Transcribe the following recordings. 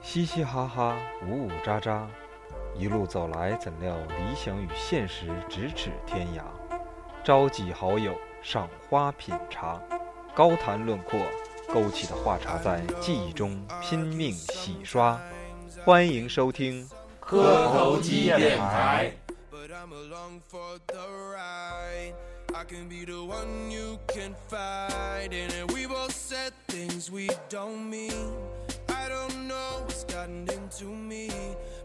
嘻嘻哈哈，呜呜喳喳，一路走来，怎料理想与现实咫尺天涯。召集好友，赏花品茶，高谈论阔，勾起的话茬在记忆中拼命洗刷。欢迎收听磕头机电台。 But I'm along for the ride. I can be the one you can find. And then we both said things we don't mean. I don't know what's gotten into me.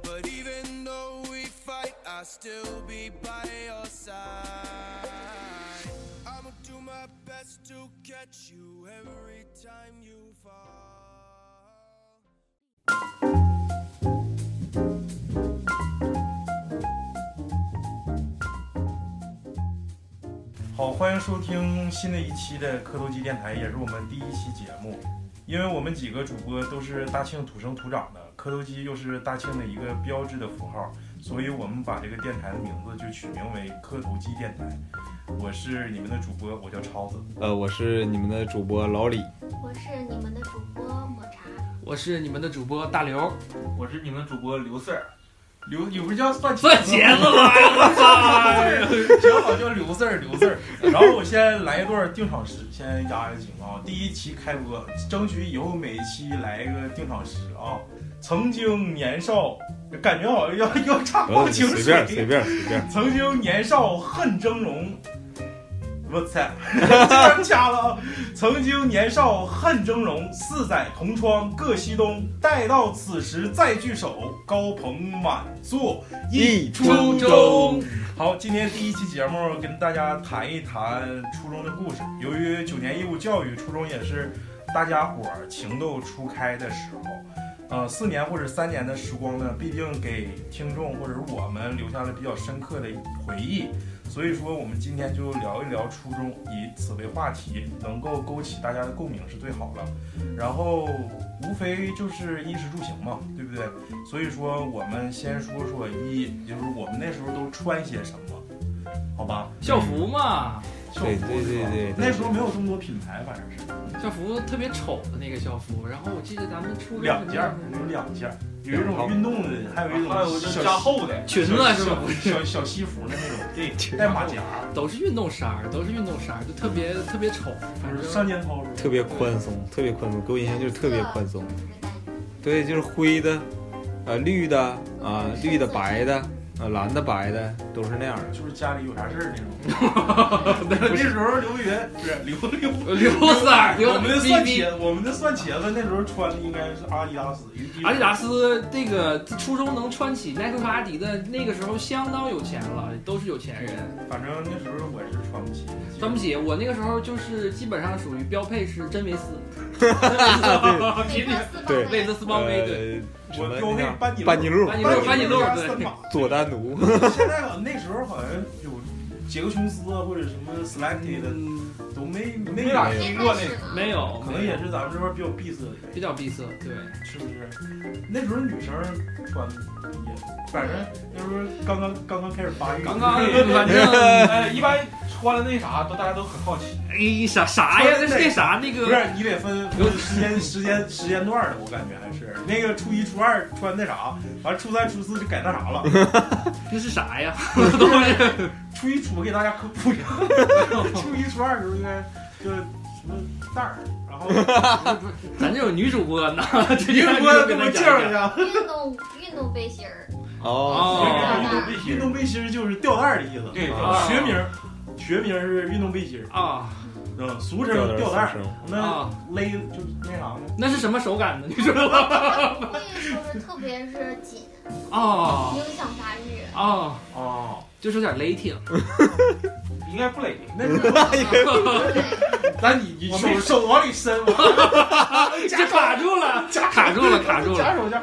But even though we fight, I'll still be by your side. I'ma do my best to catch you every time you fall. 好，欢迎收听新的一期的磕头机电台，也是我们第一期节目。因为我们几个主播都是大庆土生土长的，磕头机又是大庆的一个标志的符号，所以我们把这个电台的名字就取名为磕头机电台。我是你们的主播，我叫超子。呃，我是你们的主播老李。我是你们的主播抹茶，我是你们的主播大刘，我是你们主播刘四儿，刘有不叫算算茄子 了，叫好叫刘四儿，刘四儿。然后我先来一段定场诗，先压压惊啊！第一期开播，争取以后每一期来一个定场诗啊！曾经年少，感觉好像要要唱忘情呃随水。便随便随便。曾经年少恨峥嵘，我 操，这人掐了啊！曾经年少恨峥嵘，四载同窗各西东。待到此时再聚首，高朋满座一初一初中。好，今天第一期节目跟大家谈一谈初中的故事。由于九年义务教育，初中也是大家伙儿情窦初开的时候。呃，四年或者三年的时光呢，必定给听众或者是我们留下了比较深刻的回忆。所以说，我们今天就聊一聊初中，以此为话题，能够勾起大家的共鸣是最好了。然后，无非就是衣食住行嘛，对不对？所以说，我们先说说衣，就是我们那时候都穿些什么，好吧？校服嘛，校服是吧对对对对那时候没有这么多品牌，反正是校服特别丑的那个校服，然后我记得咱们初中两件儿，有两件儿，有一两套种运动的，嗯还有一种还有就小加厚的，裙子啊小是吧？啊不是，小小西服的那种， 对带马甲，都是运动衫儿，都是运动衫儿，就特别特别丑， 反就是正上肩操是吧？特别宽松，特别宽松，给我印象就是特别宽松。这对，就是灰的，呃，绿的啊、个绿的、白嗯的啊、蓝的、白的，都是那样的。就是家里有啥事儿那种。 那时候刘云不是刘刘，刘三呃儿，刘我们的蒜逼逼茄，我们的蒜茄子那时候穿的应该是阿迪达斯，阿迪达斯这个初中能穿起耐克、阿迪的，那个时候相当有钱了，都是有钱人。反正那时候我是穿不起。咱们姐，我那个时候就是基本上属于标配是真维斯，每个四方对位类似斯邦威对。呃，什我么标配那班尼叫班尼路、班尼路路班尼路加对森马。 佐丹奴，现在好那时候好像有杰克琼斯啊或者什么 Slappy 的嗯，都没没没咋有听应过该那是个。吧没有，可能也是咱们这边比较闭塞的原因比较闭塞，对。是不是？那时候女生穿也，反正那时候刚刚刚刚开始发育，哎刚刚 反正呃，一般穿了那啥，都大家都很好奇。哎啥啥呀？那是那啥那不个是你得分分时间时间时间段的，我感觉还是那个初一初二穿那啥，完初三初四就改那啥了。那是啥 呀？初一初我给大家科普一下， 初一初二的时候应该就什么带儿，然后咱这种女主播 呢，直你接 给我给跟我他介绍讲一讲。下，运动运动背心 儿，哦，运动背运心，动背心儿就是吊带儿的意思，对啊吊带儿学名儿学名儿是运动背心儿，啊嗯，俗称吊带吊带儿儿私，生那啊，勒就是那啥呢。那是什么手感呢？你知道 吗？那个时候特别是紧，啊影响发 育。啊，哦，就是有点雷挺。应该不勒。那是哎对咱你你我手没手往里伸，我这卡住了，卡住了，卡住了。 夹手夹。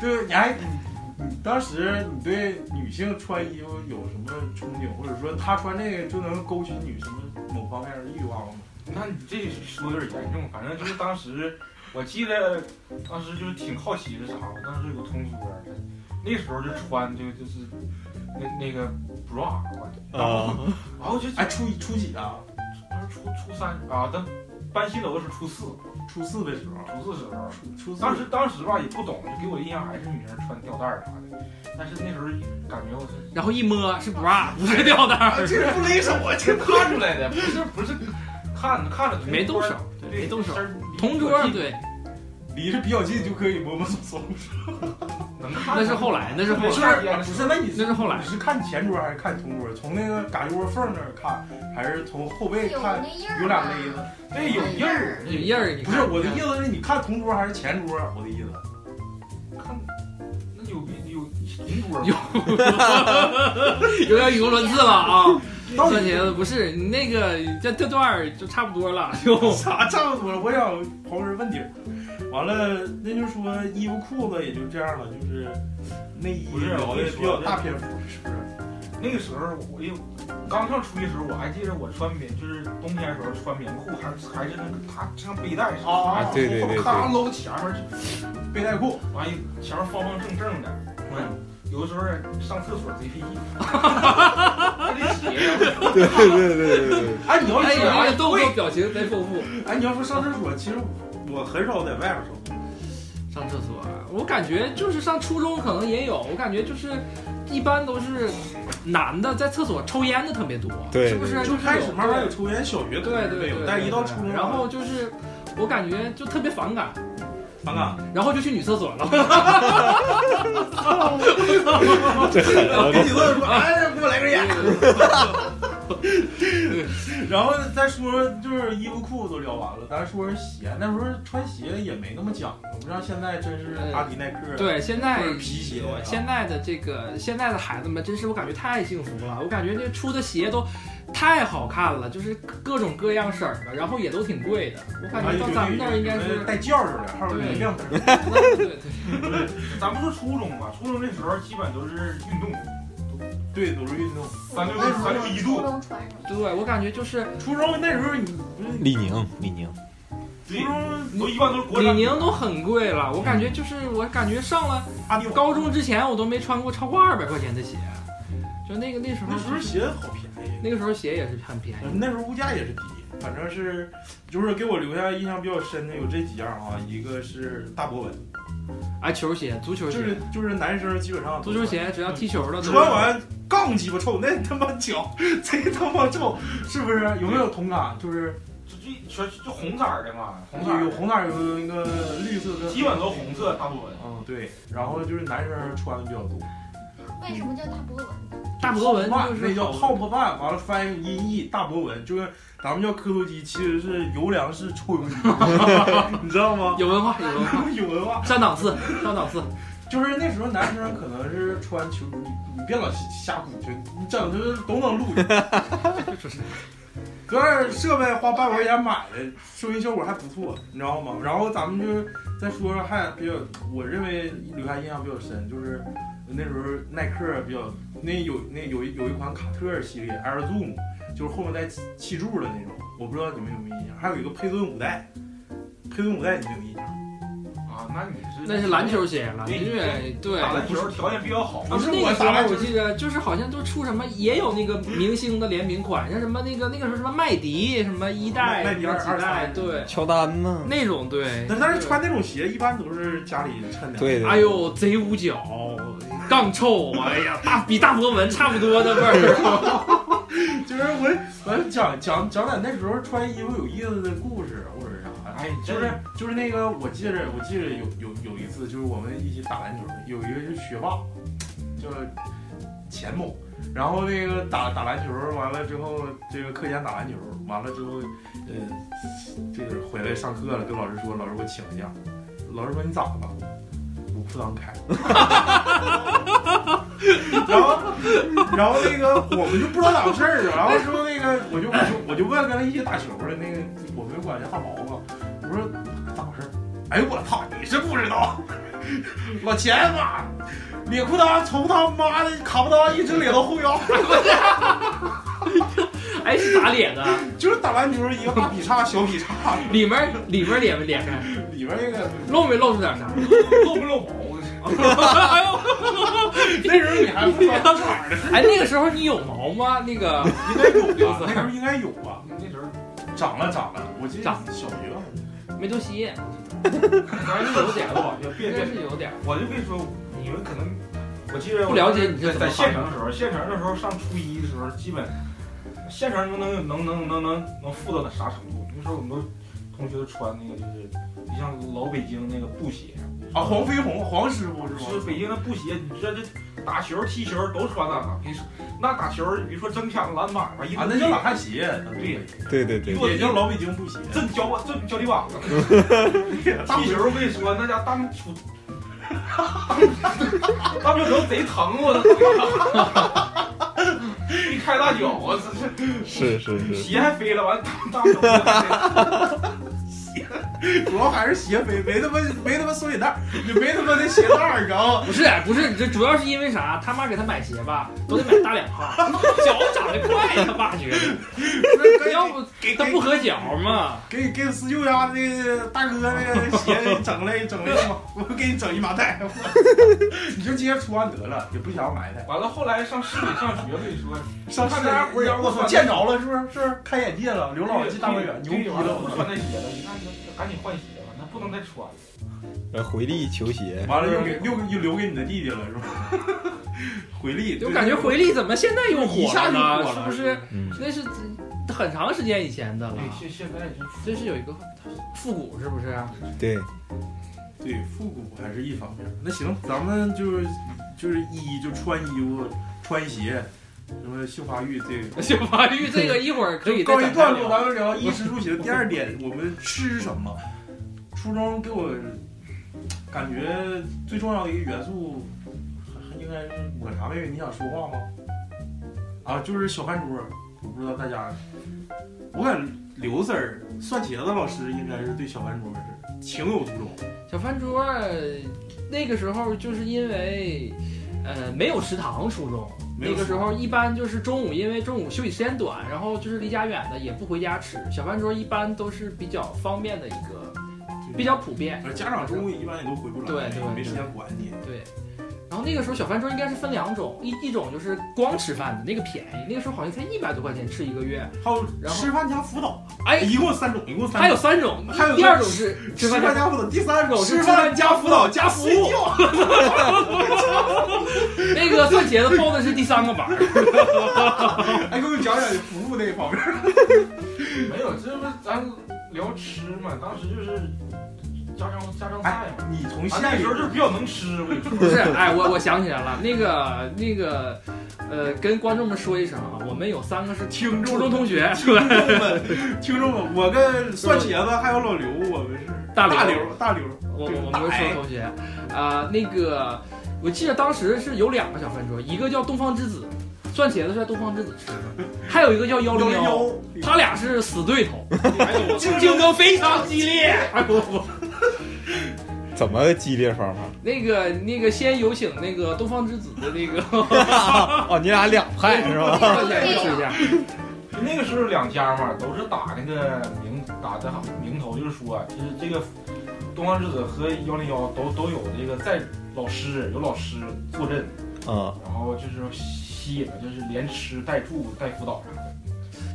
对，你还你你当时你对女性穿衣服有什么憧憬，或者说她穿这个就能勾起你什么某方面的欲望吗？那你这说有点严重，反正就是当时，我记得当时就是挺好奇是啥，我当时有个同桌，那时候就穿这个就是那那个 bra，啊，然后就哎哎，初一初几啊？当时初初三啊，咱班新楼是初四，初四的时候，初四时候，初初四当时当时吧也不懂，就给我印象还是女生穿吊带儿啥的，但是那时候感觉我是然后一摸是 bra，不是吊带儿，这不勒手啊，这看出来的，不是不是看看着没动手，对，对没动手，，同同桌儿对，离着比较近就可以摸摸搜搜，能看那是后来，那是后就来，哎不是是那你那是后来你。是看前桌还是看同桌？从那个嘎窝缝那儿看，还是从后背有看那印儿有俩勒吗子？对有印儿，有印儿，你不看是我的意思是你看同桌还是前桌？啊我的意思。看那有有同桌有 有点语无伦次了啊！ 到底算茄子不是你那个这这段儿就差不多 了，就啥差不多了？我想刨根问底儿。完了，那就说衣服裤子也就这样了，就是内衣不是有我的跟你比说较大篇幅，是不是？那个时候我又刚上初一时候，我还记得我穿棉，就是冬天的时候穿棉裤，还是还是那个它像背带似哦的，啊然后对对对对咔搂前面儿，背带裤，完一前面方方正正的，我有的时候上厕所贼费劲，还得起。对对对对对，哎，你要哎，是你说那啊哎个动作表情贼丰富。哎，你要说上厕所，其实我很少在外边上。上厕所啊，我感觉就是上初中可能也有，我感觉就是一般都是男的在厕所抽烟的特别多，对是不是？对就就是开始有慢慢有抽烟，小学对可能对对没对有对，，但是一到初对中，然后就是我感觉就特别反感，看看，然后就去女厕所 了。这狠啊跟你乐说，哎，给我来根烟。然后再说就是衣服裤子都聊完了，咱说说鞋。那时候穿鞋也没那么讲究，不像现在真是阿迪耐克，，啊对，现在或者皮鞋呀现在的这个现在的孩子们，真是我感觉太幸福了。我感觉这出的鞋都太好看了，就是各种各样色儿的，然后也都挺贵的。我感哎觉到咱们那儿应该是带轿似的，还有明亮灯。对对对哎咱不说初中吧，初中那时候基本都是运动，对，都是运动。咱就我忘咱了就一初度，中穿什么？对，我感觉就是初中那时候你不是李宁，李宁，初中都一般都是国李产。宁都很贵了，我感觉就是我感觉上了阿迪高中之前，我都没穿过超过二百块钱的鞋，就那个那时候那时候鞋好便宜，嗯那个时候鞋也是很便宜，那时候物价也是低，反正是就是给我留下印象比较深的有这几样啊，一个是大博文，啊球鞋、足球鞋就是、就是男生基本上足球鞋，只要踢球的都穿完杠鸡巴臭，那他妈脚贼他妈臭，是不是？有没有同感？就是就就全就红色儿的嘛，红色有哎儿有的嗯红色儿，有那个绿色跟基本都红色大部分。嗯，对，然后就是男生穿的比较多，为什么叫大博文？大博文那就是那叫 Hop 饭，完了翻译音译大博文，就是咱们叫科多鸡，其实是油粮式臭油鸡，你知道吗？有文化有文化，有文化，上档次上档 次，就是那时候男生可能是穿球，你你别老瞎鼓去，你整的都能录。就是主要是设备花八百块钱买的，收音效果还不错，你知道吗？然后咱们就再说说还比较，我认为留下印象比较深，就是那时候耐克比较那有那有一有一款卡特系列 Air Zoom，就是后面带气柱的那种，我不知道你们有没有印象。还有一个佩顿五代，佩顿五代你们有印象？啊，那你是那是篮球鞋了，因为对。打篮球条件比较好，不哦是那个时候，我记得就是好像都出什么，也有那个明星的联名款，像什么那个那个时候什么麦迪，什么一代、麦什迪么二嗯几代，对，乔丹嘛，那种对。但但是穿那种鞋一般都是家里衬的。对对，哎呦，贼捂脚，杠臭，哎呀，大比大博文差不多的味儿。 就是我我讲讲讲点那时候穿衣服有意思的故事或者啥，哎就是就是那个我记着我记着有有有一次就是我们一起打篮球，有一个是学霸，叫钱某，然后那个打打篮球完了之后，这个课间打篮球完了之后，呃，这个回来上课了，跟老师说，老师给我请一假，老师说你咋了？我裤裆开了， 然后 然后那个我们就不知道咋回事儿啊，然后之后那个我就我就我就问跟他一起打球的那个我们管叫大毛子，我说咋回事儿？哎呦我操，你是不知道， 老钱吧，脸裤裆从他妈的卡不裆一直咧到后腰， 哎，是咋脸的？就是打篮球一个大劈叉小劈叉，里面里面脸没脸开，里边那个露没露出点啥？ 露不露毛？哎呦， 那时候你还不知道裤衩儿呢，哎，那个时候你有毛吗？那个 应该有吧？那时候应该有吧？那时候长了长了，我记得长小学好像没多吸，咱是有点吧，就别应别该，是有点儿。我就跟你说，你们可能，我记得我不了解你是在怎么在县城的时候，县城的时候上初一的时候，基本县城能能能能能能能富到那啥程度？那时候我们都同学都穿那个就是，就像老北京那个布鞋，啊，黄飞鸿黄师傅是吗？就是北京的布鞋，你知道这打球踢球都穿那个，平时那打球，你别说争抢篮板吧，一啊，那叫叫老汉鞋，对对，对对，也叫老北京布鞋。震脚腕，震脚底板 子。当时我跟你说，那家当初，当时都贼疼我操！ 一开大脚，我操，是是是，鞋还飞了，完当当时主要还是鞋没没他妈没他妈松紧带儿，也没他妈那鞋带儿，你知道吗？不是不是，这主要是因为啥？他妈给他买鞋吧，都得买大两号， 脚长得快，他爸觉得， 要不给他不合脚嘛。给给四舅家那个大哥那个鞋整了整了一码，我给你整一麻袋， 你就直接穿得了，也不想要埋汰。完了，后来上市里上学，我跟你说，上看看大大家家伙伙儿儿，我操，见着了是不是？是不是开眼界了？刘老进大观园，牛逼了！我穿那鞋了，一看就赶紧换鞋吧，那不能再穿了。呃回力球鞋，完了又给又又留给你的弟弟了是 吧？回力，就感觉回力怎么现在又一下火就了火呢？是了不是？嗯，那是很长时间以前的了，对，现现在就真是有一个复古，是不啊是？ 对，对复古还是一方面。那行，咱们就是就是衣就穿衣服、穿鞋，什么绣花玉这个。小发育这个一会儿可以再告一展开段落，聊咱们 聊衣食住行。第二点，我们吃什么？初中给我感觉最重要的一个元素，还应该是抹茶妹妹。你想说话吗？啊，就是小饭桌，我不知道大家，我感觉刘 Sir、蒜茄子老师应该是对小饭桌是情有独钟。小饭桌儿那个时候就是因为，呃，没有食堂，初中没有那食个堂时候一般就是中午，因为中午休息时间短，然后就是离家远的也不回家吃，小饭桌一般都是比较方便的一个，比较普遍。而家长中午一般也都回不来，对对对没时间管你。对，然后那个时候小饭桌应该是分两种，一一种就是光吃饭的那个便宜，那个时候好像才一百多块钱吃一个月。还有然后吃饭加辅导，啊哎一共三种，一共三种。还有三种，还有第二种是吃吃饭饭加辅导，第三种吃吃饭饭加辅导加服务。那个蒜茄子报的是第三个板儿，哎，给我讲讲服务那一方面。没有，这不是咱聊吃嘛？当时就是家常家常菜嘛。你从啊，县那里时候就是比较能吃，我跟你说。不是？哎，我我想起来了，那个那个，呃，跟观众们说一声啊，我们有三个是听初中众同学，听众们，听众们，我跟蒜茄子还有老刘，我们是大刘大刘，大刘，我对我们是初中同学，啊、那个我记得当时是有两个小饭桌，一个叫东方之子，蒜茄子是在东方之子吃的，还有一个叫幺零幺，幺，他俩是死对头，哎 呦我竞竞争非常激烈。哎不不， 怎么个激烈方法？那个那个先有请那个东方之子的那个哦，你俩两派是 吧？蒜茄子吃一下。那个时候两家嘛，都是打那个名打的名头，就是说，就是这个东方之子和幺零幺都都有这个在老师有老师坐镇，哦嗯，然后就是吸引了，就是连吃带住带辅导啥的。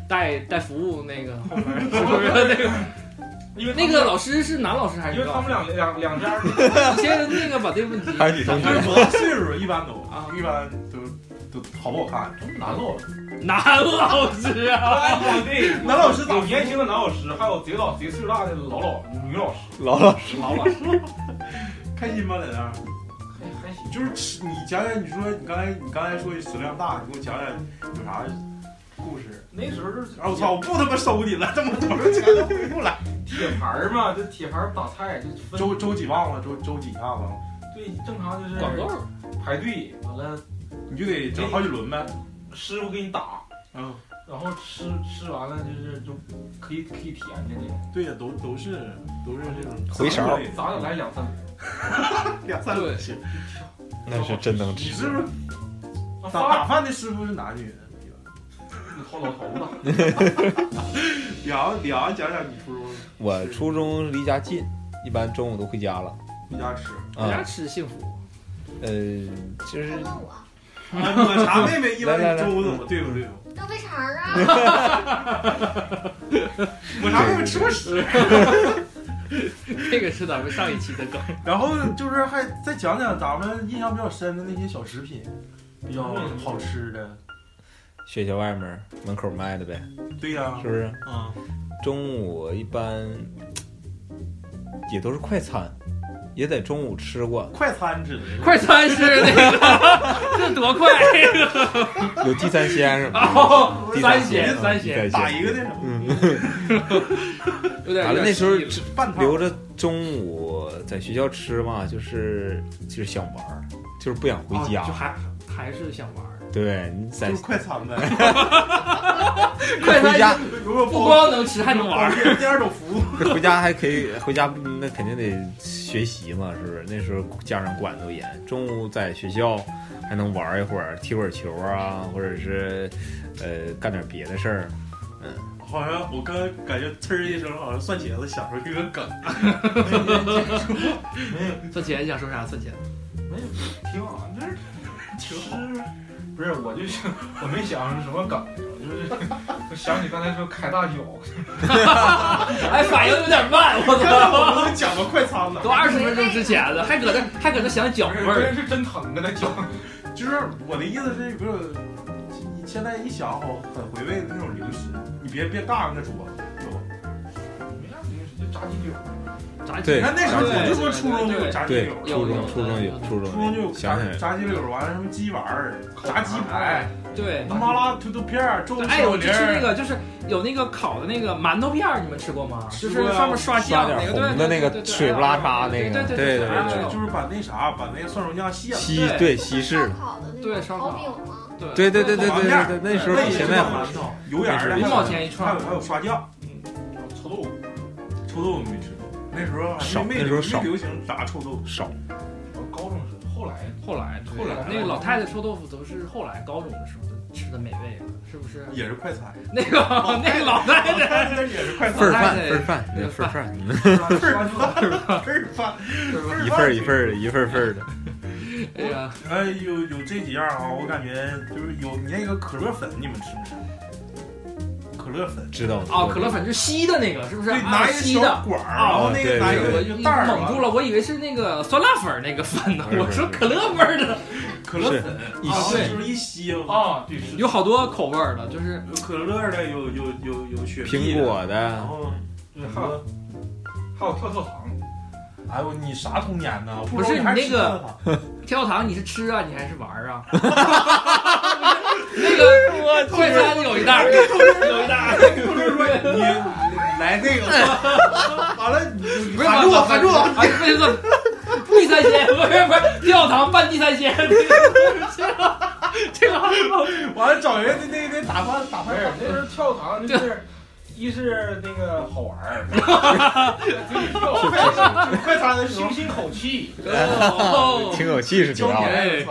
带带服务那个后面儿是不是那个 因为他那们个老师是男老师还俩，是女因为他老们师？两两两家 你先那个把这个问题还是女同但学是多大岁数一般都啊一般都都好不好看？都是男老师，男老师啊，哎对， 男老师咋有年轻的男老师，还有贼老贼岁数大的老老女老师，老老实老老师 开心吗？在那儿，还还行。就是吃，你讲讲，你说你刚才你刚才说食量大，你给我讲讲有啥故事？那时候就是，啊，我操，我不他妈收你了，这么多钱都回不来。铁盘儿嘛，这铁盘儿打菜就分周周几忘了，周周几下子， 对，正常就是广告排队，完了你就得整好几轮呗。师傅给你打，嗯，然后吃吃完了就是就可以可以甜的那种，对呀，都都是都是这种回勺对咋得来两三碗。两三轮起。那是真能你吃。是不是那打打发饭的师傅是男女的？你靠老头 子，俩俩讲讲你初中我初中离家近，一般中午都回家了。回家吃，哎人家啊，吃幸福，呃，就还是问我 抹啊茶妹妹一般来来来中午怎么对付对付？豆肥肠儿 啊，抹茶妹妹吃过屎，这个是咱们上一期的梗。 然后就是还再讲讲咱们印象比较深的那些小食品，比较好吃的。学校外面儿门口卖的呗，对呀、嗯是不是？啊，中午一般也都是快餐，也在中午吃过，快餐之类的。快餐是那个，这多快！ 有地三鲜什么哦，的，地三鲜鲜，啊三地鲜，打三一鲜。个那什么，有点。完了那时候有点吃半套留着中午在学校吃嘛，就是就是想玩儿，就是不想回哦家就。还还是想玩儿。对你在就是快餐呗。 快回家餐有没有不包光能吃还能玩儿，儿？第二种服务，回家还可以回家，那肯定得学习嘛，是不是？那时候家长管得都严，中午在学校还能玩一会儿，踢会儿球啊，或者是呃干点别的事儿。 好像我刚才感觉呲儿一声，好像蒜茄子想出一个梗。没有算钱想说啥算钱。没有，挺好，就是挺好。不是，我就想，我没想是什么梗，我就是想起刚才说开大脚，哎，反应有点慢，我看来操！我们都讲过快餐了都。二十分钟之前了，还搁那还搁那想脚不是味儿。真是真疼啊，那脚。就是我的意思是，不是你现在一想，我很回味的那种零食，你别别尬着说。没啥零食，就炸鸡腿。炸对你看那时候我就说初中就有炸鸡对柳，，初有有中初中有有初初中中就有想起来炸炸了，鸡柳，完了什么鸡丸儿、炸鸡排、对。麻辣土豆片儿、周哎，小我玲就吃那儿。个，就是有那个烤的那个馒头片儿，你们吃过吗？就吃是过呀上面刷酱刷点那个，红对的对那对个个水不拉碴那对个，对对哎对就就是把那啥，把那蒜蓉酱卸了。西对对西式烧的，烤的那对种烧烤烤饼吗？对对对对对对麻面儿对对，那时候那比也现是在大好馒。头，油盐儿的，那五是毛钱一还串有，还有刷酱，臭豆腐，臭豆腐没吃过，那时候还少没那时候少没流行炸臭豆腐，少我高中时候，后来后来后来那个老太太臭豆腐都是后来高中的时候吃的美味了，是不 是？也是快餐，那个那个老太太那也是快餐，份儿饭对份儿饭对那份儿饭，嗯份儿饭，份儿饭，一份儿一份儿的一份儿份儿的。哎呀，哎，有有这几样啊，我感觉就是有你那个可乐粉，你们吃没吃过？可乐粉，知道 哦，可乐粉是吸的那个，是不是？对，啊拿一个吸小的。管儿，啊然后那个对拿一对个我一个一袋儿，啊蒙住了，，我以为是那个酸辣粉儿那个粉 呢，不是我说不是可乐味儿的，可乐粉一啊吸就是一吸啊，啊，对，是有好多口味儿的，就是有可乐的，有有有有雪碧苹的，果的然，哦后对，还有还有跳跳糖，哎呦，你啥童年呢？不是初中还你那吃个蛋挞跳糖，你是吃啊，你还是玩儿啊？那个快餐有一袋儿，有一袋儿，不是说你你来这个，完了你就不是喊住我，喊住我，啊！不是不是地三鲜，不是不是跳糖拌地三鲜，这个这个完了找人那那那打饭打不饭是，那是跳糖，就是一是那个好玩儿，自己跳，快餐的时候清，新口气，哦，挺有气势，挺好的。哎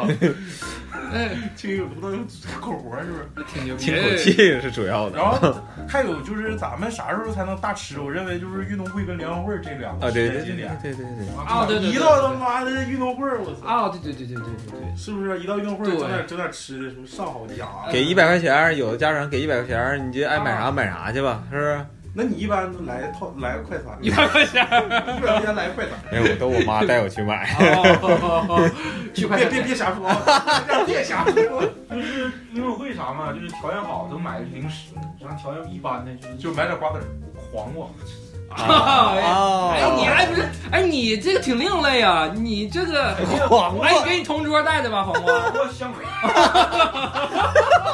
哎，这个不能口活是不是？挺牛逼，清口气是主要的然后还有就是咱们啥时候才能大吃？我认为就是运动会跟联欢会这两个啊，对对时间对对点。对对对，啊对对对一到他妈的运动会，我操，啊！对对对对对对对，是不是？一到运动会对整点整点吃的，什么上好佳啊。给一百块钱，有的家长给一百块钱，你就爱买啥买啥去吧，是不是？那你一般都来套来个快餐，一百块钱，一百块钱来个快餐，没有，都哎我妈带我去买。哦，去快别餐别别瞎说 啊！别瞎说，就是运动会啥嘛，就是条件好都买零食，然后条件一般的就是就买点瓜子儿。黄瓜，啊！ 哎，你哦，还不是？哎，你这个挺另类啊！你这个，黄瓜哎，给你同桌带的吧，黄瓜 黄。瓜香啊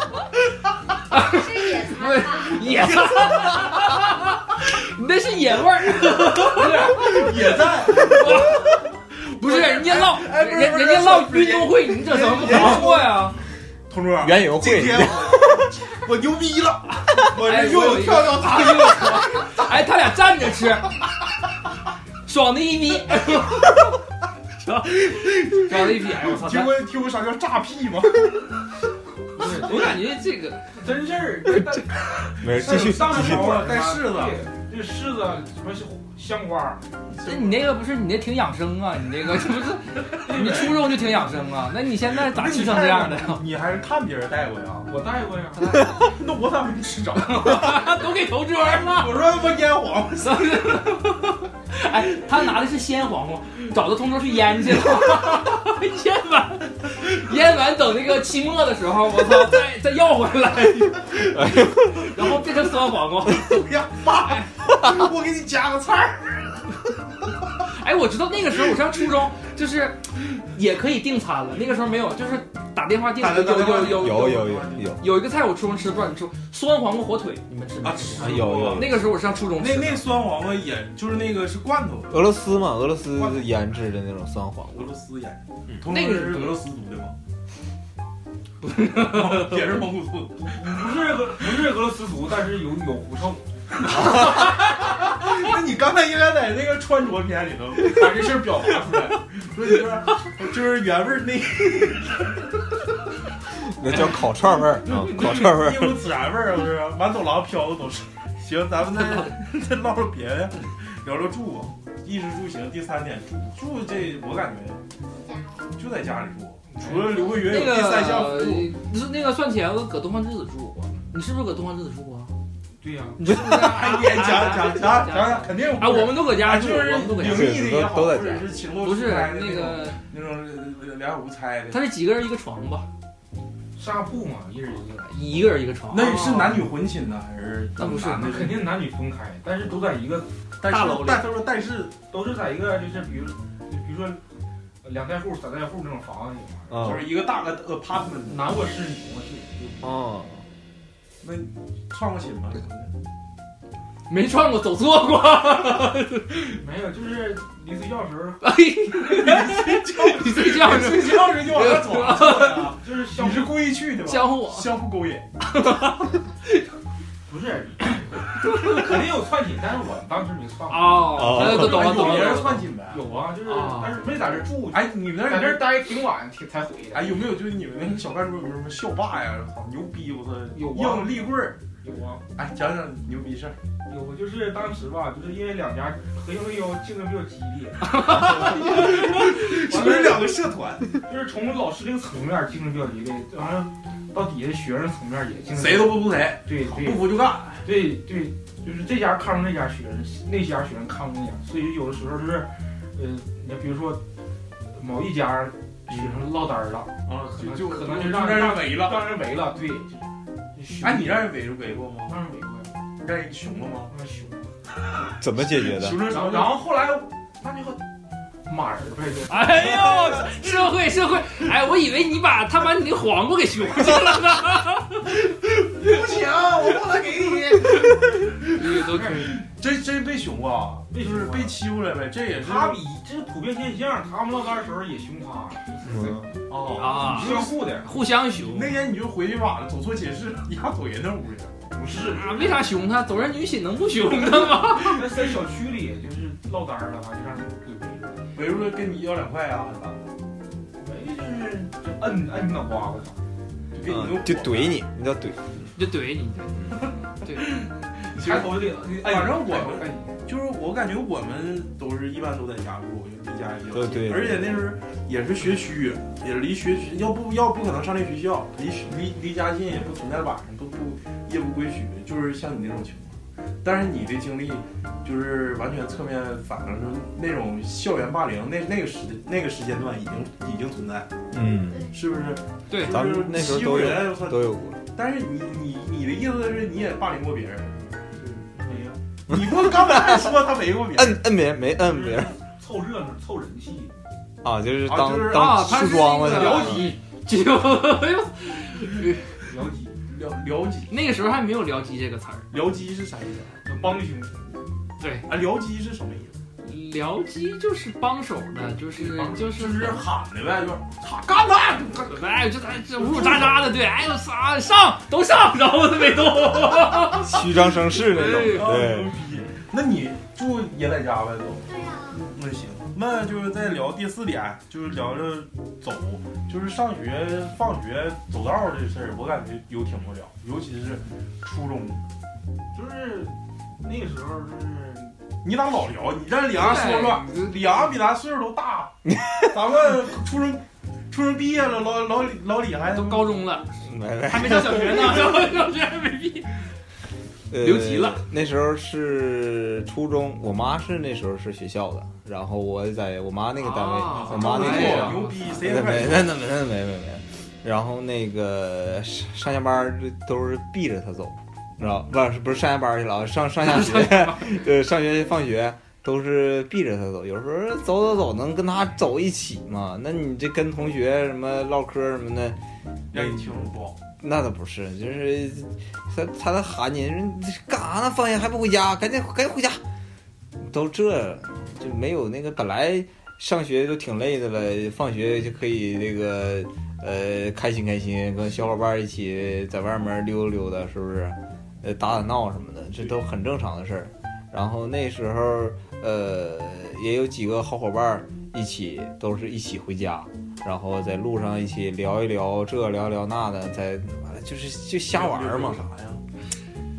椿，是野餐吧？ 野菜， 你那是野味 儿，野战， 不是人家唠，哎不是人不是人家唠不是运动会，你这怎么不人忙活呀？同桌，啊原油今会，天我 我牛逼了，我这又有跳跳哎呦我操哎，他俩站着吃，爽的一逼，哎 爽的一逼，哎我操！听过听过啥叫炸屁吗？不是我感觉这个真事儿， 但没事，继续上继续头玩。了，带柿子，对，这柿子什么香瓜，那你那个不是你那挺养生啊？你那个这不是你初中就挺养生啊？那你现在咋吃成这样的 呀？你还是看别人带过呀？我带过呀，那我咋没吃着？都给同桌了。我说他妈腌黄瓜，哎，他拿的是鲜黄瓜，找他同桌去腌去了， 腌完，腌完等那个期末的时候，我操，再再要回来，然后变成酸黄瓜。哎呀爸，我给你加个菜儿。哎，我知道那个时候我上初中，就是也可以订餐了。那个时候没有，就是打电话订打有电有话有有有有有有有一个菜我初中吃，不知道你吃过酸黄瓜火腿，你们吃没啊吃？哎有有那个时候我上初中那吃的，那酸黄瓜也就是那个是罐头，俄罗斯嘛，俄罗斯腌制的那种酸黄俄罗斯腌嗯，同那时个是是俄罗斯族的吗？也是蒙古族。不是俄不是俄罗斯族，但是有有狐臭，那你刚才应该在那个穿着篇里头把这事儿表达出来，说你说就是原味儿那瓜，那叫烤串味儿啊，烤串味儿。一股孜然味儿，我说满走廊飘的都是。行，咱们再 再唠唠别的，聊聊住吧，衣食住行。第三点，住住这我感觉就在家里住，除了刘桂云有那个第三项服 务，呃你说那个蒜茄子搁东方之子住过，你是不是搁东方之子住过？对呀、你是不是啊？哎呀，讲讲讲讲，肯定有啊，我们都搁家啊住，就我是们都搁家灵住。异的也好，都或在家者是情窦不初是开的那那种个，那种两眼无猜的，他是几个人一个床吧？上下铺嘛，一人一个，一个人一个床。那是男女混寝呢，还是那不是男那的肯定男女分开，但是都在一个但是大楼里但他说但是都是在一个就是比如比如说两代户、三代户那种房子里面，啊就是一个大个 apartment，男卧室、女卧室，啊，那上过寝吗？ 没撞过，走错过。没有，就是临睡觉的时候哎， 你睡觉你睡觉时就往那 走啊，就是相你互是故意去的吧？相互相互勾引，不是，肯定有串寝，但是我当时没啊串过。哦，哦懂了有懂了别人懂了。串寝呗？有啊，就是啊但是没在这住，哎，你们那在儿这待挺晚挺才回来。哎有没有就是你们那个小饭桌有没有什么校霸呀？操牛逼！我操，有啊硬立棍儿。有啊，哎，讲讲牛逼 事儿。有就是当时吧，就是因为两家合营为幺竞争比较激烈， 是不是两个社团？就是从老师这个层面竞争比较激烈，完了到底下学生层面也竞争。 谁都不服谁，对对啊不服就干。对对，就是这家看不上那家学生，那家学生看不上那家，所以有的时候就是，呃，你比如说某一家学生落单儿了，啊，就就可能就就让让人围了。让人围了，对，就是哎，你让人围就围过吗？当然围过呀，让人熊了吗？那熊。怎么解决的？熊成然什后么然后后来，那就马儿呗，就哎呦，社会社会，哎，我以为你把他把你那黄瓜给熊去了呢。不行，我不能给你。都可以。这这被熊啊，被就熊啊是被欺负了呗。这也是他比这是普遍现象，他们落单的时候也凶他，嗯啊。 啊，相互的， 互相熊。那天你就回去晚了，走错寝室，你还走人那屋去了。不是，啊，为啥熊他？走人女寝能不熊他吗？那在小区里就是落单儿了，完就让人给围了，围住了跟你要两块啊，啥的围就是就摁摁脑瓜子上。就给嗯你弄火啊就怼。你，那叫怼。就怼你。对，其抬实头就得，反正我们们就是我感觉我们都是一般都在家住，我觉得离家也比较近。对对而且那时候也是学区，也离学区要不要不可能上那学校，离离离家近也不存在晚上不不夜不归宿，就是像你那种情况。但是你的经历就是完全侧面反映出那种校园霸凌，那那个时那个时间段已经已经存在了，嗯，是不是？对就是咱们那时候欺都负有人，我操！都有过。但是你你你的意思是你也霸凌过别人？没有你不刚才说他没过别人？摁摁别人没摁别人凑热闹凑人气，啊，就是啊当就是啊当他是梳妆嘛那去个了了。解就聊鸡了了解那个时候还没有“僚机”这个词儿。僚机是啥意思啊？有帮凶，对，啊，僚机是什么意思？僚机就是帮手的，就是就是就是喊的呗，就是喊干他！哎，这咱这呜呜喳喳的，对，哎呦啥上都上，然后他没动。虚张声势那种。啊，对牛，逼！那你住也在家呗都？对呀，那行，那就是再聊第四点，就是聊聊走，就是上学、放学走道这事儿，我感觉有挺无聊，尤其是初中。就是那个时候就是你咋老聊？你这李阳说说，李阳比咱岁数都 大，咱们初中初中毕业了，老老李老李还都高中了，没没 还没上小学呢，上小学还没毕业。呃留级了。那时候是初中，我妈是那时候是学校的，然后我在我妈那个单位，啊我妈那哎个呀牛逼，谁也那快 没那那没那没没没，然后那个上上下班儿都是避着他走，你知道不是不是上下班儿去了，上上下学，对，上学放学都是避着他走。有时候走走走能跟他走一起嘛？那你这跟同学什么唠嗑儿什么的，让你听着不好。那倒不是，就是他他在喊你，说你干啥呢？放学还不回家，赶紧赶紧回家。都这就没有那个本来上学都挺累的了，放学就可以那个呃开心开心，跟小伙伴一起在外面溜达溜达，是不是？呃，打打闹什么的，这都很正常的事儿。然后那时候呃也有几个好伙伴儿一起，都是一起回家。然后在路上一起聊一聊这聊一聊那的，在完了就是就瞎玩儿嘛，啥呀？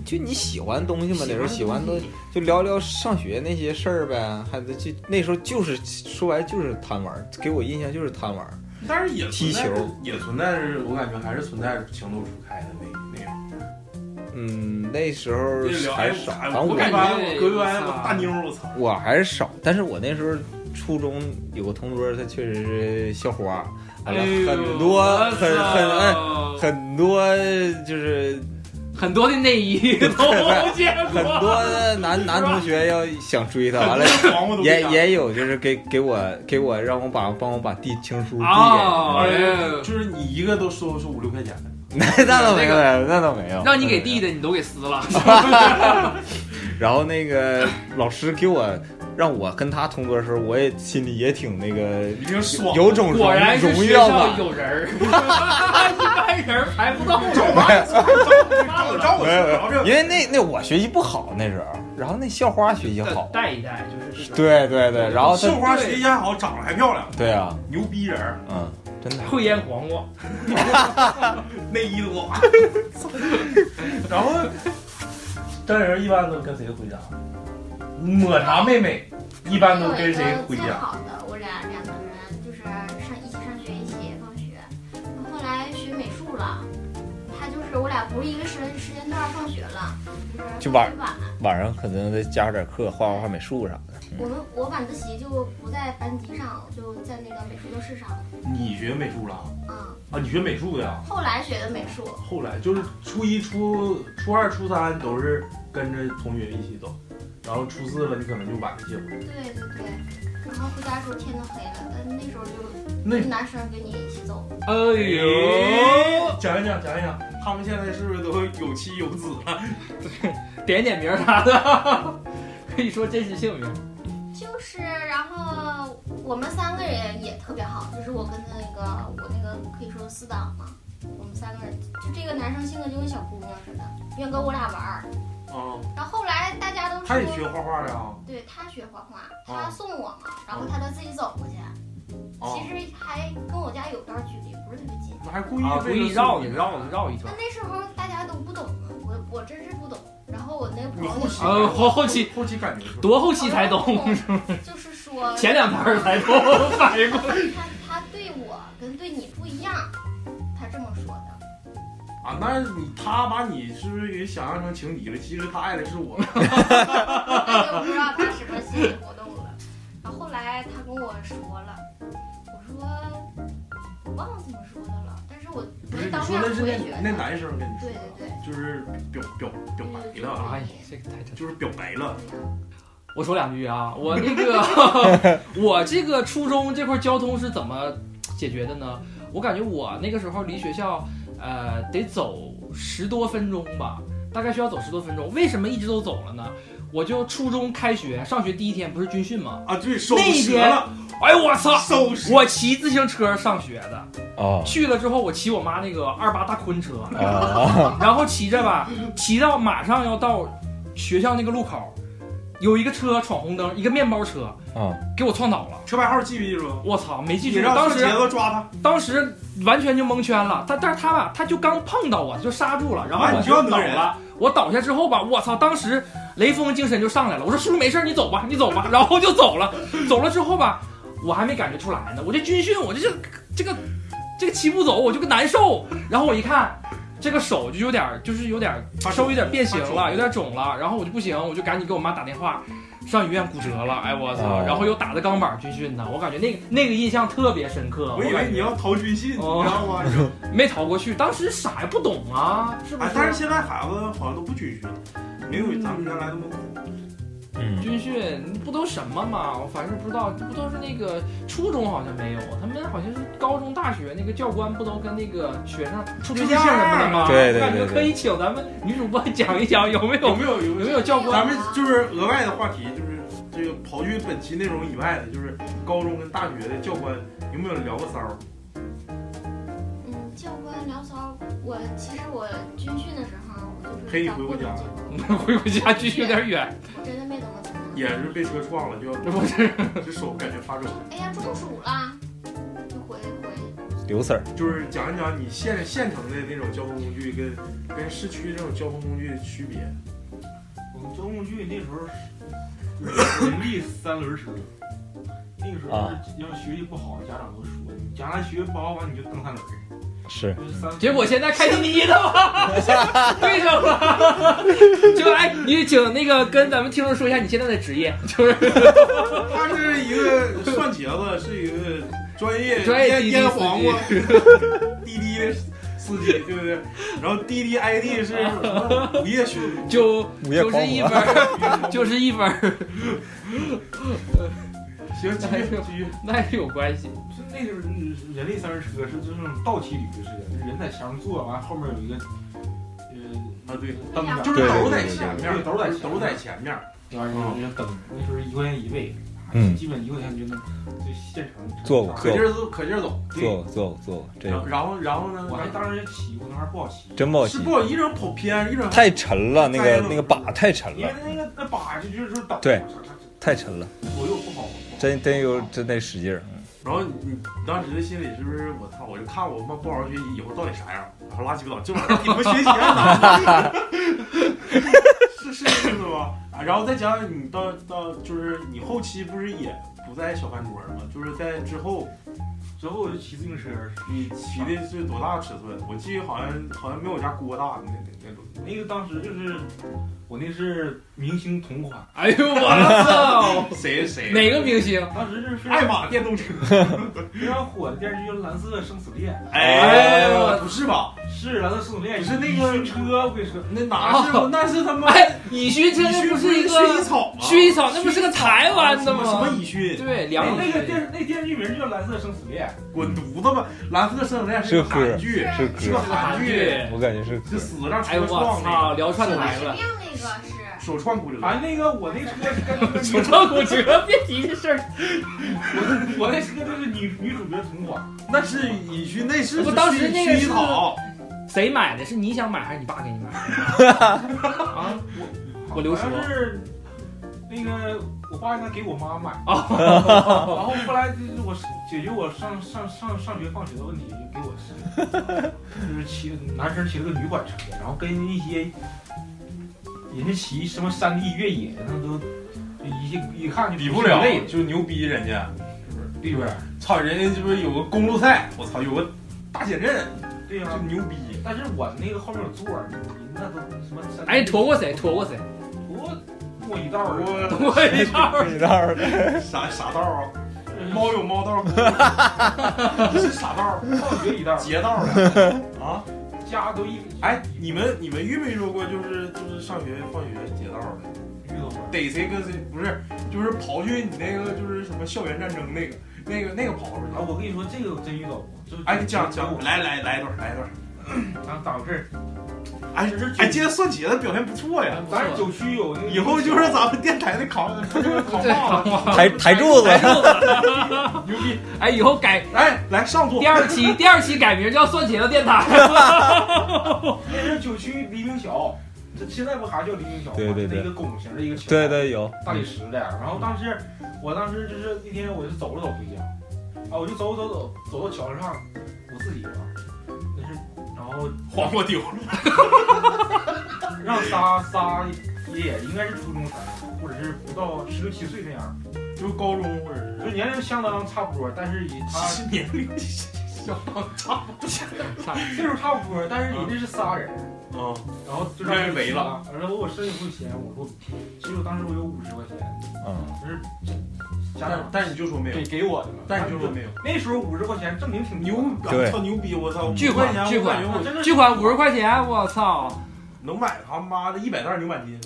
就你喜欢东西嘛，那时候喜欢的都就聊聊上学那些事儿呗，还得就那时候就是说白了就是贪玩儿，给我印象就是贪玩儿。但是也踢存在球也存在着，我感觉还是存在着情窦初开的那那种。嗯，那时候还少，哎反我正我我感我觉隔壁班我操我啊大妞儿，我操！我还是少，但是我那时候初中有个同桌，他确实是校花，哎完了哎很多很很哎很很多就是很多的内 衣都 见过，啊很多的男男同学要想追她， 完了。黄瓜都不哎也加也有，就是给给我给我让我把帮我把递情书递给啊你，哎哎就是你一个都收收五六块钱， 那倒没有，那倒没有，让你给弟的你都给撕了，哦然后那个老师给我让我跟他同桌的时候，我也心里也挺那个已经爽了。有种荣果然是荣学耀校感。有人儿， 一般人儿排不到找人。 我找我找我没有没出毛有，病。因为那那我学习不好那时候，然后那校花学习好，带一带就是这种对对对，然后绣他花学习还好，长得还漂亮，对啊，牛逼人儿，嗯，真的会腌黄瓜，内衣都裸。 然后，这人一般都跟谁回家？抹茶妹妹一般都跟谁回最家？好的，我俩两个人就是上一起上学，一起放学。后来学美术了，他就是我俩不是一个时时间段放学了，就是就晚晚。晚上可能再加上点课，画画画美术啥的。我们我晚自习就不在班级上，就在那个美术教室上。你学美术了啊？嗯，你学美术的呀？后来学的美术，后来就是初一、初初二、初三都是跟着同学一起走，然后初四了你可能就晚一些回。对对对。然后回家的时候天都黑了，但那时候就那男生跟你一起走，哎呦，讲一讲，讲一讲，他们现在是不是都有妻有子了？点点名儿啥的， 可以说真实姓名。就是然后我们三个人也特别好，就是我跟那个我那个可以说死党嘛，我们三个人就这个男生性格就跟小姑娘似的，愿跟我俩玩儿。啊，然后后来大家都他也说，学画画的啊。对他学画画，哦他送我嘛，然后他再自己走过去。啊，其实还跟我家有段距离，不是特别近。那还故意啊，故为意了绕送你你绕你绕一圈那。那时候大家都不懂啊，我我真是不懂。然后我那个朋你友后期我呃，后后期后期感觉是多后期才懂，就是 说前两盘儿才懂，反应过来。他他对我跟对你不一样，他这么说的。 啊，那你他把你是不是给想象成情敌了？其实他爱的是 我。那就不知道他什么心理活动了。然后后来他跟我说了，我说我忘了怎么说的了，但是我不是我是你当说面的是回那绝那的。男生跟你说对的，对对，就是表表表白了啊，哎呀，这个太真。就是表白了。我说两句啊，我那 个我这个初中这块交通是怎么解决的呢？我感觉我那个时候离学校呃得走十多分钟吧，大概需要走十多分钟。为什么一直都走了呢？我就初中开学上学第一天不是军训吗？啊，对，手那折边了，哎呦我操！手折。我骑自行车上学的， 哦去了之后我骑我妈那个二八大坤车，啊，然后骑着吧，骑到马上要到学校那个路口，有一个车闯红灯，一个面包车，嗯，给我撞倒了。车牌号记不记住？我操，没记你住，让当宋杰时子抓他，当时完全就蒙圈了。他但是他吧，他就刚碰到我，就刹住了，然后啊我你就要倒讹人了。我倒下之后吧，我操，当时雷锋精神就上来了。我说叔叔没事儿，你走吧，你走吧，然后就走了。走了之后吧，我还没感觉出来呢，我这军训，我这这这个这个骑不走，我就个难受。然后我一看，这个手就有点儿就是有点儿稍微有点变形了，有点肿了，然后我就不行，我就赶紧给我妈打电话。上医院骨折了，哎我操！哦然后又打的钢板军训呢，我感觉那个那个印象特别深刻。我以感为觉你要逃军训，你知哦 道吗？没逃过去，当时啥也不懂啊，是不哎是？，但是现在孩子好像都不军训，没有咱们原来那么苦。嗯，军训不都什么嘛？我反正不知道，不都是那个初中好像没有，他们好像是高中、大学那个教官不都跟那个学生处对象什么的吗？对对对对感觉可以请咱们女主播讲一讲有没有有没有有没有有没有教官咱？们就是额外的话题，就是这个刨去本期内容以外的，就是高中跟大学的教官有没有聊过骚儿？嗯，教官聊骚，我其实我军训的时候，我就是可以找回各过种家借口，回回家军训有点远，我真的没怎么怎么样。也是被车撞了，就 这不是这手感觉发肿。哎呀，中暑了，就回回。刘 Sir，就是讲一讲你县县城的那种交通工具跟跟市区这种交通工具的区别。我们交通工具那时候人力三轮车，那个时候啊要学习不好，家长都说你将来学习不好完你就蹬三轮儿， 是就是三。结果现在开滴滴的吗？对上了，就哎，你请那个跟咱们听众说一下你现在的职业，就是他是一个蒜茄子，是一个专业专业滴滴腌腌司机黄瓜 滴滴的司机，对不对？然后滴滴 ID 是什么午夜修理就午夜就狂是一魔分儿，就是一分儿。行，继哎续继续。那是有关系。就那时候人力三轮车是就是那种倒骑驴似的，人在前面坐，完后面有一个啊，呃对，蹬着，就是斗在前面，对斗在前面斗在前面。完后人蹬。那时候一块钱一位，啊嗯基本一块钱就能就现成坐过可劲儿走，可劲儿走。坐过坐过坐过，这然后个然后然后呢？我还当时骑过，那玩意儿不好骑，真不好是骑，不，一整跑偏，一整太沉了，那哎个呦那个把太沉因为了，那个那把就就是倒，对太沉了，左右不好，真真有真得使劲儿，然后你你当时的心里是不是我操？我就看我他妈不好好学习，以后到底啥样？我说拉鸡巴倒，这玩意儿比他妈学习还难。是是这意思吧？啊，然后再讲讲你到到就是你后期不是也不在小饭桌了吗？就是在之后之后我就骑自行车，你骑的是多大尺寸？我记得好像好像没有我家锅大那那那种。那个当时就是我那是明星同款，哎呦我操！谁谁哦哪个明星？当时就是非爱常玛电动车？非常火的电视剧《蓝色生死恋哎呦不是吧？》，是《蓝色生死恋》，是那个你去车，我跟你说，那哪是哦那是他妈 哎，乙勋真乙的熏不是一个薰衣草吗？薰衣草，那不是个台湾的吗？什么什么乙熏？对，梁那乙那勋。个电视那电视剧名就叫《蓝色生死恋滚犊子吧！蓝色圣诞是个韩剧，是是歌个儿，韩剧，我感觉是歌就儿，死让哎车我撞那操，个，聊串来是了吧。是那个是。手撞骨折》。。哎，那个我那车是跟主 唱骨折，别提这事儿。我我那车就是女女主角同款，那是乙熏，那是不当时那个薰是衣草，谁买的？是你想买还是你爸给你买？ 啊，我留好像说是那个我爸让他给我妈买，啊， 然后后来就是我解决我上上上上学放学的问题，就给我是 就是骑男生骑了个女管车，然后跟一些人家骑什么山地越野，那都就一些一看就比不了累，，就牛逼人家。对不对？操，人家这不是有个公路赛，我操，有个大减震，对呀、就牛逼。但是我那个后面有座儿，人那都什么山地哎，驮过谁？驮过谁？ 我我一道 儿，我我一道儿你那儿啥啥道 啊？猫猫有猫道，狗有狗这是啥道？放学一道儿，劫道的 啊？家都一哎，你们你们遇没遇到过就是就是上学放学劫道的？遇到过。逮谁跟谁不是，就是刨去你那个就是什么校园战争那个那个那个刨出啊，去。我跟你说，这个我真遇到过，就是哎，讲讲，我来来来一段，来一段。啊，咋回事儿？哎这哎，今天蒜茄子表现不错呀，咱 九区有那个，以后就是咱们电台的扛扛对把子，抬抬柱哎子，牛逼！ 哎，以后改哎，来上座第。二期，第二期改名叫蒜茄子电台。那是九区黎明桥，这现在不还叫黎明桥吗？对对对那个拱形的一个桥，对，对有，大理石的。然后当时，我当时就是那天我就走着走回家，啊，我就走走走走到桥上，我自己吧，那是，然后黄瓜丢了，让仨仨爷爷，应该是初中生，或者是不到十六七岁那样，就是高中或者啊就是年龄相当差不多，但是以他 是年龄相当差不多。岁数差不多，但是人家是仨人，啊，然后就让人围了。然后我身上有钱，我说，其实我当时我有五十块钱，嗯，就是家但长但你就说没嗯有给，给我的嘛。但你就说没有，那时候五十块钱正经挺牛牛，，对我操牛逼，我操，巨款五块巨钱，我款啊感觉我我真的巨款五十块钱，我操！能买他妈的一百袋牛板筋，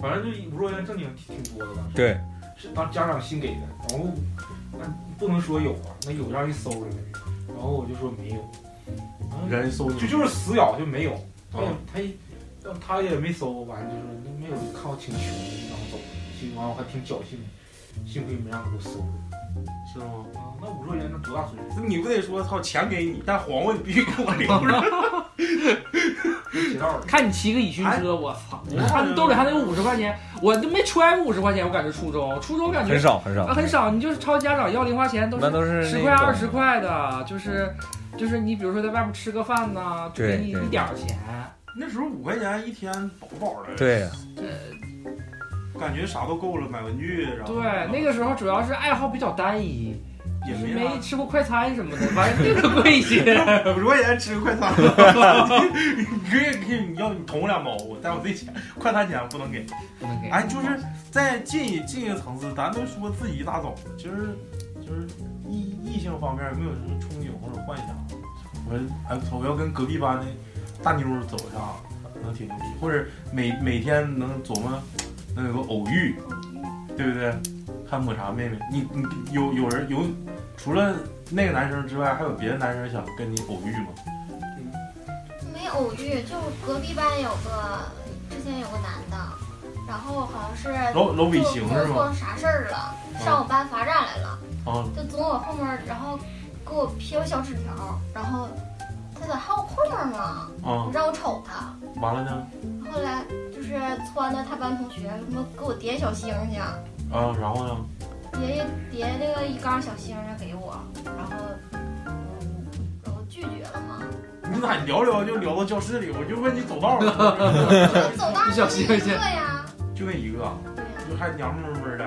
反正就五十块钱正经挺挺多的吧。对，是当家长新给的，然后那不能说有啊，那有让人搜着呢，然后我就说没有，然嗯后人搜就就是死咬就没有，他也他也他也没搜，完了就说那没有，看我挺穷，然后走了，其实完我还挺侥幸的，幸亏没让他给我搜着。是吗？啊，那五十块钱能多大损失？你不得说操钱给你，但黄瓜你必须给我留着。铁道的，看你骑个以巡车，我操！哎 我看你兜嗯里还能有五十块钱，我都没揣过五十块钱，我感觉初中，初中感觉很少很啊少，很少，你就是超家长要零花钱都那是都是十那块种二十块的，就是就是你比如说在外面吃个饭呐，就给对你对一点儿钱，那时候五块钱一天饱饱的，，对，感觉啥都够了，买文具，然后对，那个时候主要是爱好比较单一，也就是没没啥。吃过快餐什么的，完了那个贵一 些。五十块钱吃个快餐， 你可以给你要你捅我两毛，我但我这钱快餐钱不能给。不能给哎，就是再进一进一个层次，咱都说自己一大早，其实就是异异性方面有没有什么憧憬或者幻想？我哎，我要跟隔壁班的大妞走一下，能挺牛逼，或者每每天能琢磨能有个偶遇，对不对？还抹茶妹妹，你你有有人有除了那个男生之外，还有别的男生想跟你偶遇吗？没偶遇，就隔壁班有个之前有个男的，然后好像是楼楼比做行做是吗？错啥事儿了，上我班罚站来了，啊，就总我后面儿，然后给我撇个小纸条儿，然后他咋还有后面儿呢？啊，让我瞅他，完了呢？后来就是撺掇他班同学什么给我叠小星星，啊，然后呢？叠一叠那个一缸小星星给我，然后我我我拒绝了嘛，你咋聊聊就聊到教室里？我就问你走道 我了，走道儿小就星是星一个呀，就那一个，对呀。就还娘们闷的，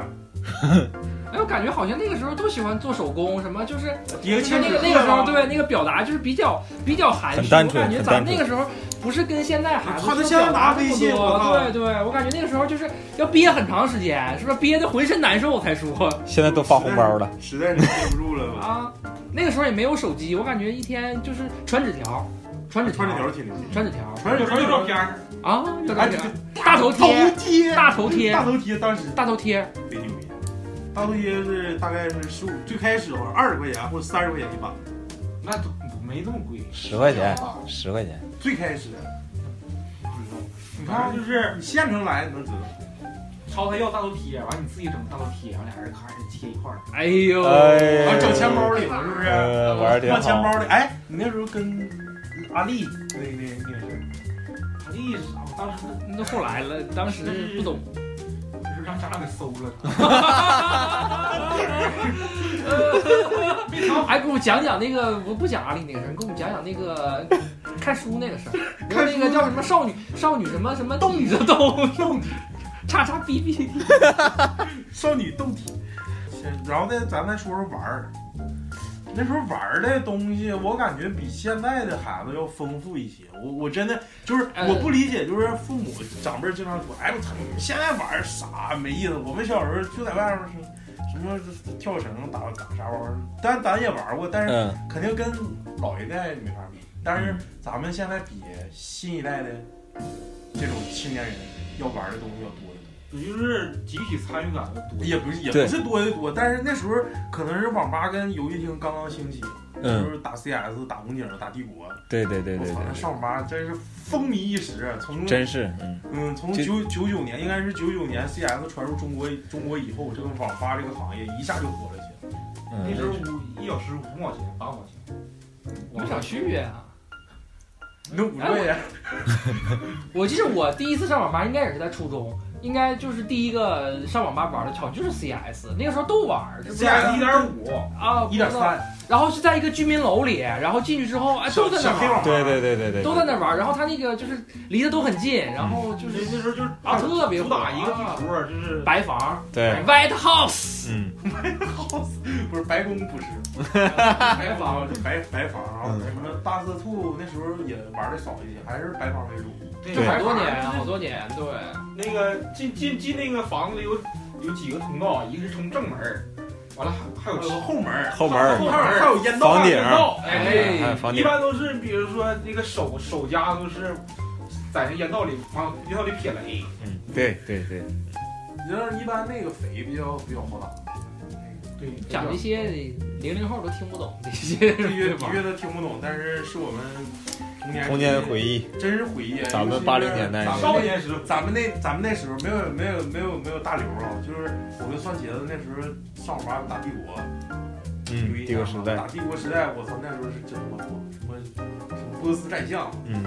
哎，我感觉好像那个时候都喜欢做手工，什么 就是叠个就是千那个那个时啊候，对那个表达就是比较比较含蓄，很单纯我感觉很咱单们纯那个时候不是跟现在孩子他们们现在拿微信我靠对对，我感觉那个时候就是要憋很长时间，是不是憋得浑身难受才说现在都发红包了， 实在是憋不住了 吧？啊？那个时候也没有手机，我感觉一天就是传纸条，传纸条，穿这条挺嗯牛逼，传纸条穿这有时候条有照片儿，啊，有哎，点这点这大头贴，贴大头贴，大头贴，当时大头贴，贼牛逼。大头贴是大概是十五，最开始好像二十块钱或者三十块钱一把，那都没那么贵。十块钱，哦十块钱，最开始你看就是你县城来你能知道？朝他要大头贴，完你自己整大头贴，然后俩人咔就贴一块儿。哎呦，哎啊，整钱包里了是不是？呃，玩儿挺放钱好，包里。哎，你那时候跟阿丽那那那个事他的意思啊，我当时那后来了，当时不 懂，就是让家长给搜了。哎，给我们讲讲那个，我不讲阿丽那个事儿，你给我们讲讲那个看书那个 事儿，看那个叫什么少女少女什么什么动着动动，叉叉哔哔，少女斗体。行然后再咱再说说玩儿，那时候玩儿的东西，我感觉比现在的孩子要丰富一些。我我真的就是呃我不理解，就是父母长辈经常说，哎我操，你们现在玩儿啥没意思？我们小时候就在外面什什么跳绳、打打沙包，但咱也玩过，但是嗯，肯定跟老一代没法比，但是咱们现在比新一代的这种青年人要玩的东西要多得也就是集体参与感的多多，。也不是也不对是多得多，但是那时候可能是网吧跟游戏厅刚刚兴起，那时嗯，候打 CS、打红警、打帝国，对对对我对操，那对，上网吧真是风靡一时，啊从真是，嗯，嗯，从这九九九年应该是九九年 CS 传入中国中国以后，这个网吧这个行业一下就火了起来。那时候嗯，五一小时五毛钱，八毛钱。有啥区别啊？那五十块哎钱，我记得我第一次上网吧应该也是在初中，应该就是第一个上网吧玩的，好像就是 CS，那个时候都玩儿，是不是 CS 加一点五，啊，一点不知道，三，然后是在一个居民楼里，然后进去之后，哎，小都在那小玩黑网儿，吧对对对对对，都在那玩儿，然后他那个就是离得都很近，然后就就是嗯是那时候就是啊，特别主打一个火地图，就是白房对， ，White House。嗯，不是白白宫不是，白方就白白方啊嗯，什么大色兔那时候也玩的少一些，还是白方为主。就好白多房年，就是好多年，对，那个进进进那个房子有有几个通道，一个是从正门儿，完了还还有还有个后呃后门儿，后门儿后门儿还有烟道，房顶门道，哎哎，房一顶，般都是比如说那个手手家都是在那烟道里往烟道里撇雷，嗯，对对对，就是一般那个肥比较比较好 打，对，讲这些零零后都听不懂这些的确是的吧？确都听不懂，但是是我们童年童年回忆，忆，真是回忆啊。咱尤们其是80年代咱少们年时候那咱们那咱们那时候没有没有没有没有大刘啊，就是我跟蒜茄子那时候上网吧打帝国，嗯，有印这象个吗时代啊打，帝国时代，我操，那时候是真他妈多，什么什么波斯战象，嗯，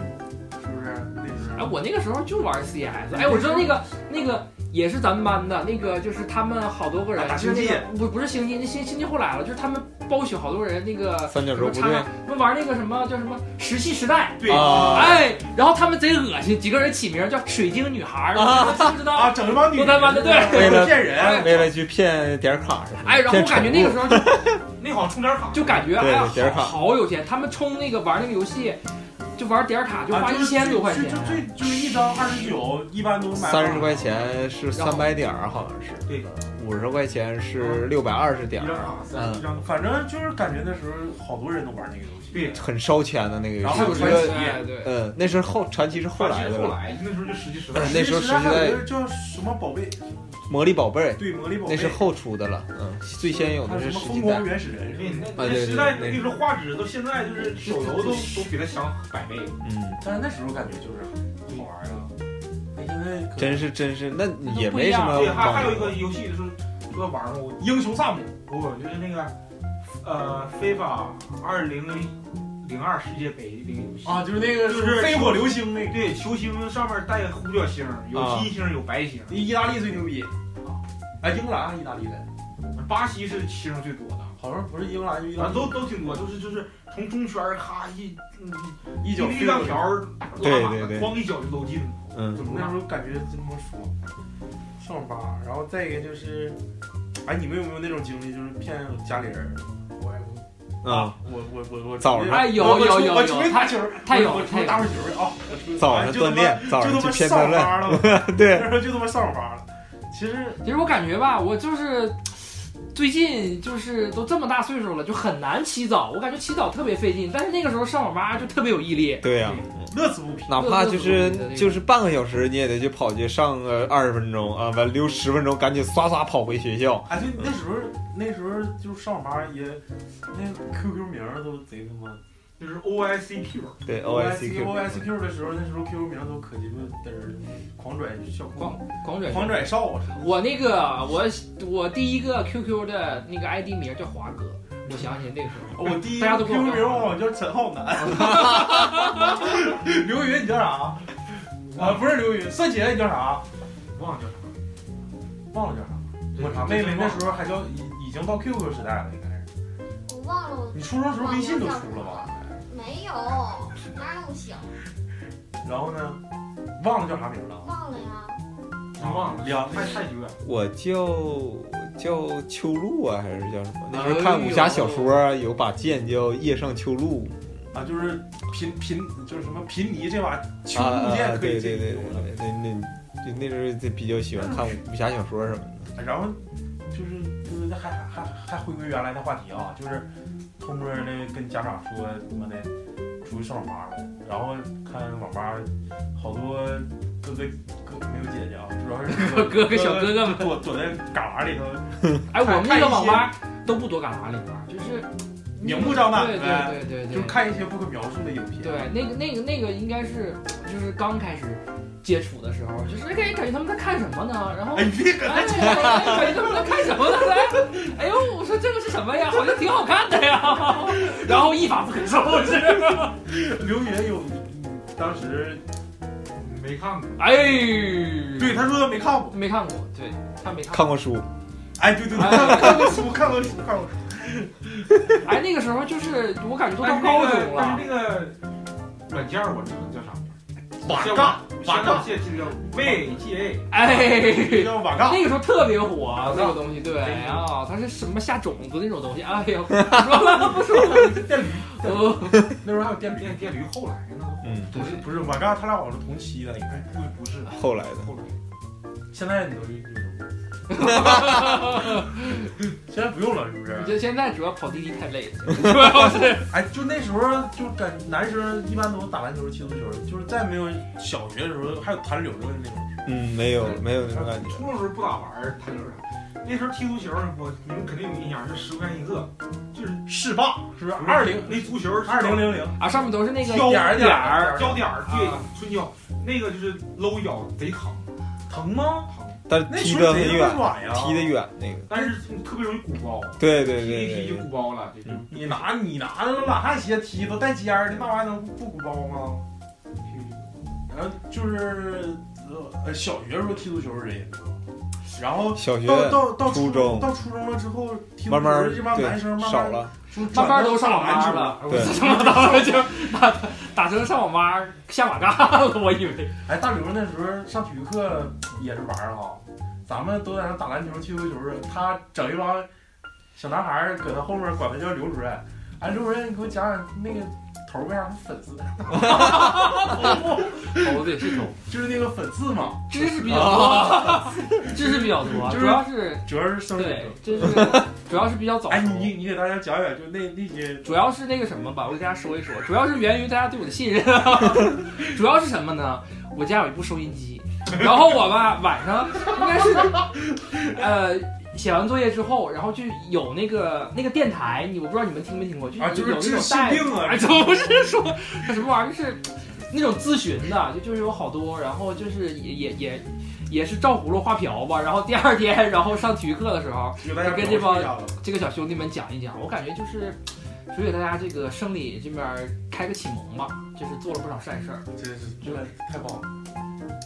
是不是？那时啊哎，候我那个时候就玩 CS，哎，我知道那个那个也是咱们班的，那个就是他们好多个人，啊打就是那星个不不是星际，那星星际后来了，就是他们包宿好多人那个三角什洲么部插队啊上，什么玩那个什么叫什么石器时代。对，啊，哎，然后他们贼恶心，几个人起名叫水晶女孩儿，啊知不知道？啊，整他妈女啊都他妈的对为了骗哎人，为了去骗点儿卡什么的，哎，然后我感骗觉宠那个物时候就那好像充点卡，就感觉 对哎呀点儿卡好好有钱，他们充那个玩那个游戏，就玩点儿卡就花啊一千多块钱就，就最就是一张二十九，一般都买三十块。钱是然后三百点儿，好像是，对，五十块钱是六百二十点一张儿，啊嗯卡三一张卡，反正就是感觉那时候好多人都玩那个游戏，对，很烧钱的那个游然戏后。就就是一传个奇哎对。嗯，那时候后传奇是后来的后了，来那时候就实际时代嗯，那时候实际还有一在个叫什么宝贝，魔力宝贝儿，对，魔力宝贝，那是后出的了，嗯，最先有还的有什是么实疯际狂蛋，原始人，对，那啊那对时代对对那时候画质都现在就是手游都都比它强百倍，嗯，但是那时候感觉就是好玩啊。那现在可真是真是，那都也不没一什样么对，还网还有一个游，游戏就是说玩儿嘛，我英雄萨姆，不就是那个呃非法二零零二世界杯零啊，就是那个就是飞火流星那个，对，球星上面带呼叫星，有金星，有白星。意大利最牛逼，啊，英格兰还是意大利的，巴西是星最多的，好像不是英格兰就意大反正利，都都挺多，就是就是从中圈儿咔一嗯一一脚绿飞浪过去条儿对拉满对对了，咣一脚就搂进了。嗯，怎么那时候感觉真他妈爽，上吧，然后再一个就是，哎，你们有没有那种经历，就是骗家里人？我啊，我我我我早上哎，有我我有出有我出去有，打太球，太有我出太去有打会儿球去啊，我出去早上就他锻妈炼，早就他上去妈偏上锻炼，班了， 对，那时候就他妈上班了。其实其实我感觉吧，我就是最近就是都这么大岁数了，就很难起早。我感觉起早特别费劲，但是那个时候上网吧就特别有毅力。对呀，乐此不疲，哪怕就是乐乐就是半个小时，你也得去跑去上个二十分钟啊，完溜十分钟，赶紧刷刷跑回学校，哎，对，那时候那时候就是上网吧也，那 QQ 名儿都贼他妈就是 O I C Q，对 O I C OICQ Q， OICQ 的时候，那时候 QQ 名儿都可鸡巴嘚儿，狂拽小裤狂，狂拽，狂拽少啊！ 我那个我我第一个 QQ 的那个 ID 名叫华哥，我想起那个时候，我第一个大家都 QQ 不知道名啊我好像叫陈浩南。 刘云，你叫啥？啊，不是刘云，算姐，你叫啥？啊忘了叫啥。忘了叫啥。我操，这妹妹那忘了时候还叫已已经到 QQ 时代了，应该是。我忘了我你初中时候微信都出了吧？没有，哪有那么小？然后呢，忘了叫啥名了。啊忘了呀。真忘了，两太太久远了。我叫叫秋露啊，还是叫什么？那时哎候呦看武侠小说，有把剑叫夜上秋露啊，就是贫贫就是什么贫尼这把秋啊木啊，剑啊可以对借对你对用对，那那就那时候就比较喜欢看武侠小说什么了。的。然后就是就是还还还回归原来的话题啊，就是偷摸的跟家长说他妈的出去上网吧了，然后看网吧好多哥哥哥没有姐姐啊，主要是哥哥小哥哥 们，躲躲在旮旯里头，哎，我们那个网吧都不躲旮旯里边儿，就是明目张胆对呗哎对对对对，就是看一些不可描述的影片。对，那个那个那个应该是就是刚开始接触的时候，就是感觉感觉他们在看什么呢？然后哎，哎，你别搁那感觉他们在看什么呢？哎，哎呦，我说这个是什么呀？好像挺好看的呀。然后一发不可收拾。刘云有当时没看过，哎，对，他说他没看过。没看过，对他没看过。看过书，哎，对对啊对， 看过书，看过书，看过书。哎，那个时候就是我感觉都到但是那高个中但了是。那个软件儿我知道叫啥名儿，瓦叫嘎，八八杠杠，现在记得叫 VGA，哎，叫瓦杠，那个时候特别火啊那个东西，对啊，它是什么下种子那种东西，哎呦，不说了不说了，电驴，哦，那时候还有电驴，电电驴后来呢，嗯，不是不是瓦杠，他俩好像是同期的应该。哎不哎不是后来的后来，现在你都用什么？现在不用了是不我是觉？得现在主要跑滴滴太累了，主要是哎，就那时候就感男生一般都打篮球、踢足球，就是再没有小学的时候还有弹溜溜的那种。嗯，没有没有那种感觉。初中时候不咋玩儿弹球啥，那时候踢足球，我你们肯定有印象，是十块钱一个，就是世霸是不是？二二零零那足球二零零零，啊，上面都是那个胶点儿点点儿儿，胶点儿对啊春娇，那个就是搂一脚贼疼疼吗？疼，但是那踢球得贼很他远妈，软呀！踢得远那个。但是特别容易鼓包，对对踢对一对踢就对，鼓包了，这就你拿你拿那种懒汉鞋踢都带尖儿的，那玩意儿能不鼓包吗？然后就是呃小学时候踢足球人也多，然后小学到到到初中中到初中了之后，踢足球慢慢这帮男生对慢少慢了，就慢慢转都到上打网篮吧球了，对什么当时就打打成上网吧 下马嘎了，我以为哎，大刘那时候上体育课也是玩儿哈，咱们都在那打篮球、踢足球儿，他整一帮小男孩儿搁他后面管他叫刘主任。哎，刘主任，你给我讲讲那个头儿为啥是粉 色的？头哦对是头，就是那个粉刺嘛，知识比较多， 知识比较多，啊就是主要啊是主要是生理对的。，这是 主要是比较早熟。哎，你你给大家讲讲，就那那些主要是那个什么吧，我给大家说一说，主要是源于大家对我的信任， 主要是什么呢？我家有一部收音机，然后我吧晚上应该是，呃，写完作业之后，然后就有那个那个电台，你我不知道你们听没听过，就啊，就是有那治种心带病啊哎，， 怎么不是说那什么玩意儿，就是那种咨询的，就就是有好多，然后就是也也也也是照葫芦画瓢吧，然后第二天，然后上体育课的时候，给 大家跟这帮描述一下子这个小兄弟们讲一讲，我感觉就是。所以给大家这个生理这边儿开个启蒙吧，就是做了不少善事儿。真是真的太棒了！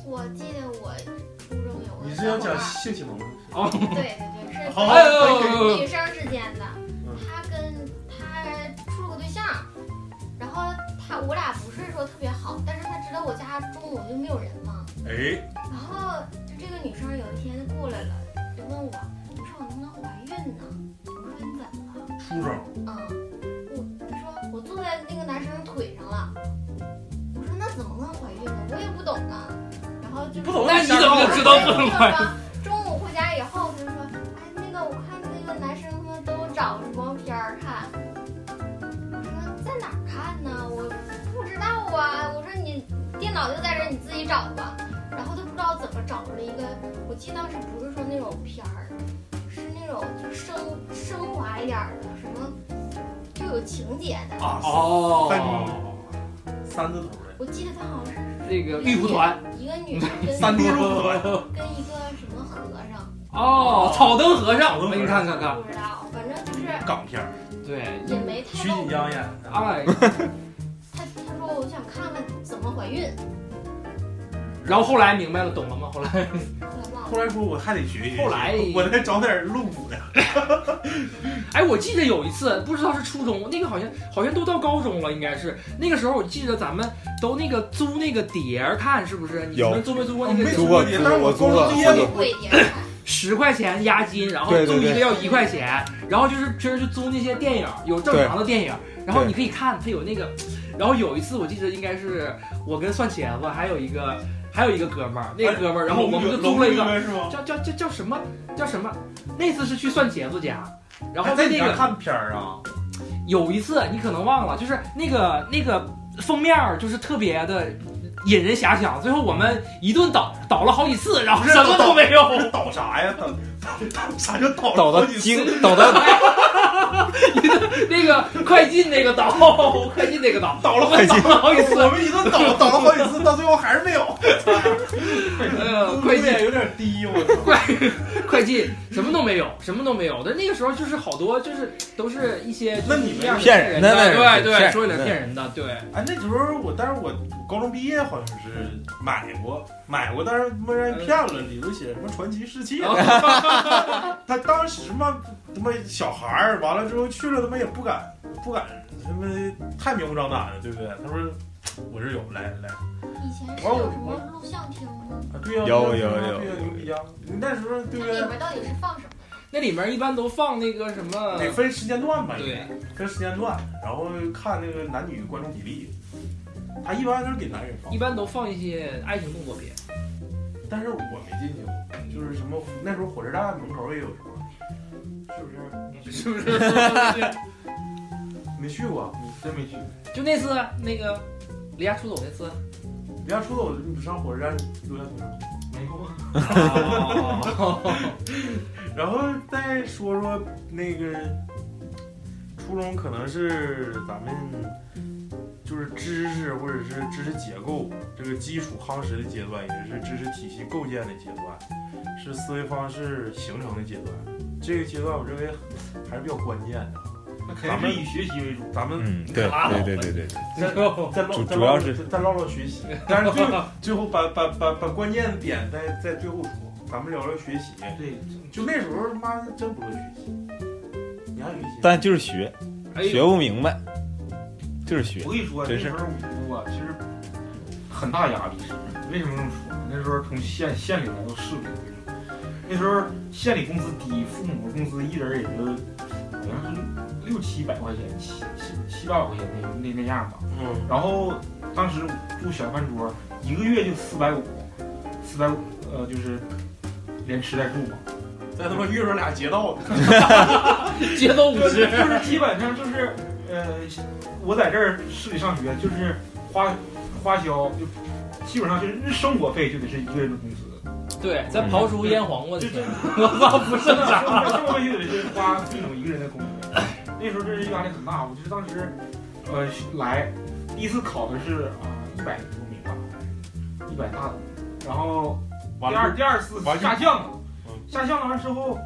我记得我初中有个你是要小讲伙哦伴儿性启蒙吗？对对对，是好哎呦，女生之间的嗯，他跟他处了个对象，然后他我俩不是说特别好，但是他知道我家中午就没有人嘛，哎，然后就这个女生有一天过来了，就问我，你说我能不能怀孕呢？我说你怎么了？初中嗯，我她说我坐在那个男生腿上了，我说那怎么能怀孕呢？我也不懂啊，然后就不懂那你怎么就知道不能怀孕？中午回家以后，他就说：“哎，那个我看那个男生们都找什么片儿看。”我说：“在哪儿看呢？我不知道啊。”我说：“你电脑就在这儿，你自己找吧。”然后都不知道怎么找着了一个，我记得当时不是说那种片儿，是那种就是升升华一点儿的，什么就有情节的。啊，哦，三字头的我记得他好像是那个玉蒲团，一个女的跟三字 跟头的，一个什么和尚，哦，草灯和尚哎草灯和，尚你看看看，不知道，反正就是港片儿，对，也没太徐露锦江演的。哎，他他说我想看看怎么怀孕，然后后来明白了，懂了吗？后来，后来忘了。后来说我还得学一学，后来我再找点露骨的。哎，我记得有一次，不知道是初中，那个好像好像都到高中了，应该是那个时候，我记得咱们都那个租那个碟儿看，是不是？你有们租没租过那我没个租过，你租但是过，我租过，高中租毕业了过。贵点，十块钱押金，然后对对租一个对要一块钱，然后就是平时就租那些电影，有正常的电影，然后你可以看，它有那个，然后有一次我记得应该是我跟蒜茄子还有一个还有一个哥们儿，那个哥们儿，然后我们就租了一个是吗？叫叫叫叫什么叫什么，那次是去蒜茄子家，然后还在哎在那你个家看片儿啊，有一次你可能忘了，就是那个那个封面儿就是特别的引人遐想，最后我们一顿倒倒了好几次，然后什么都没 有，倒啥呀？倒倒啥叫倒？倒到好几次精，倒到那个快进那个倒， 快进那个倒，倒了快进了好几次，我们一顿倒倒了好几次，到最后还是没有。哎呀，快进嗯有点低，我操！快 快进，什么都没有，什么都没有。但那个时候就是好多就是都是一些那你们这样的骗人的的那是对对，骗说起来人的骗人的，对。 哎，那时候我，但是我高中毕业好像是买过，买过，但是他妈让人骗了，里头写什么传奇世界，哦他当时嘛，他妈小孩儿，完了之后去了，他妈也不敢，不敢，他妈太明目张胆了，对不对？他说我这有，来来，以前是有什么录像厅吗？啊对呀、有对呀有对呀有对呀，牛逼呀！你那时候对那不里对？边到底是放什么的？ 那里面一般都放那个什么，得分时间段吧，应对该分时间段，然后看那个男女观众比例。他一般都是给男人放一，般都放一些爱情动作片。但是我没进去过，就是什么那时候火车站门口也有什么，是不是？是不是？就没去过，真没去。那次那个离家出走那次，人家出走你上火车站留下同志。没过， 然后再说说那个初中，可能是咱们就是知识或者是知识结构这个基础夯实的阶段，也是知识体系构建的阶段，是思维方式形成的阶段。这个阶段我认为还是比较关键的。那肯定是以学习为主。咱们嗯，哎对拉倒吧对对对对对， 再再唠主再主唠要是再唠唠学习，但是最后最后把把把把关键点在在最后说，咱们聊聊学习。对，就那时候他妈真不会学习，你还学习？但就是学，哎学呦，不明白，就是学我。跟你说，那真是时候我其实很大压力，为什么这么说？那时候从县县里来到市里，那时候县里工资低，父母工资一人也就好像是六七百块钱，七七七八百块钱那那那样吧。嗯，然后当时住小饭桌，一个月就四百五，四百五，呃，就是连吃带住嘛。再他妈遇上俩劫道的，节奏五就是十，就是基本上就是，呃，我在这儿市里上学，就是花花销就基本上就是日生活费就得是一个人的工资，对，咱刨嗯出腌黄瓜去就，就我操，不剩生活啥。生活费就得是花父母一个人的工资。那时候真是压力很大，我就是当时，呃，来第一次考的是啊一百多名吧，一百大的，然后 完第二了第二次完了下降了嗯，下降完之后，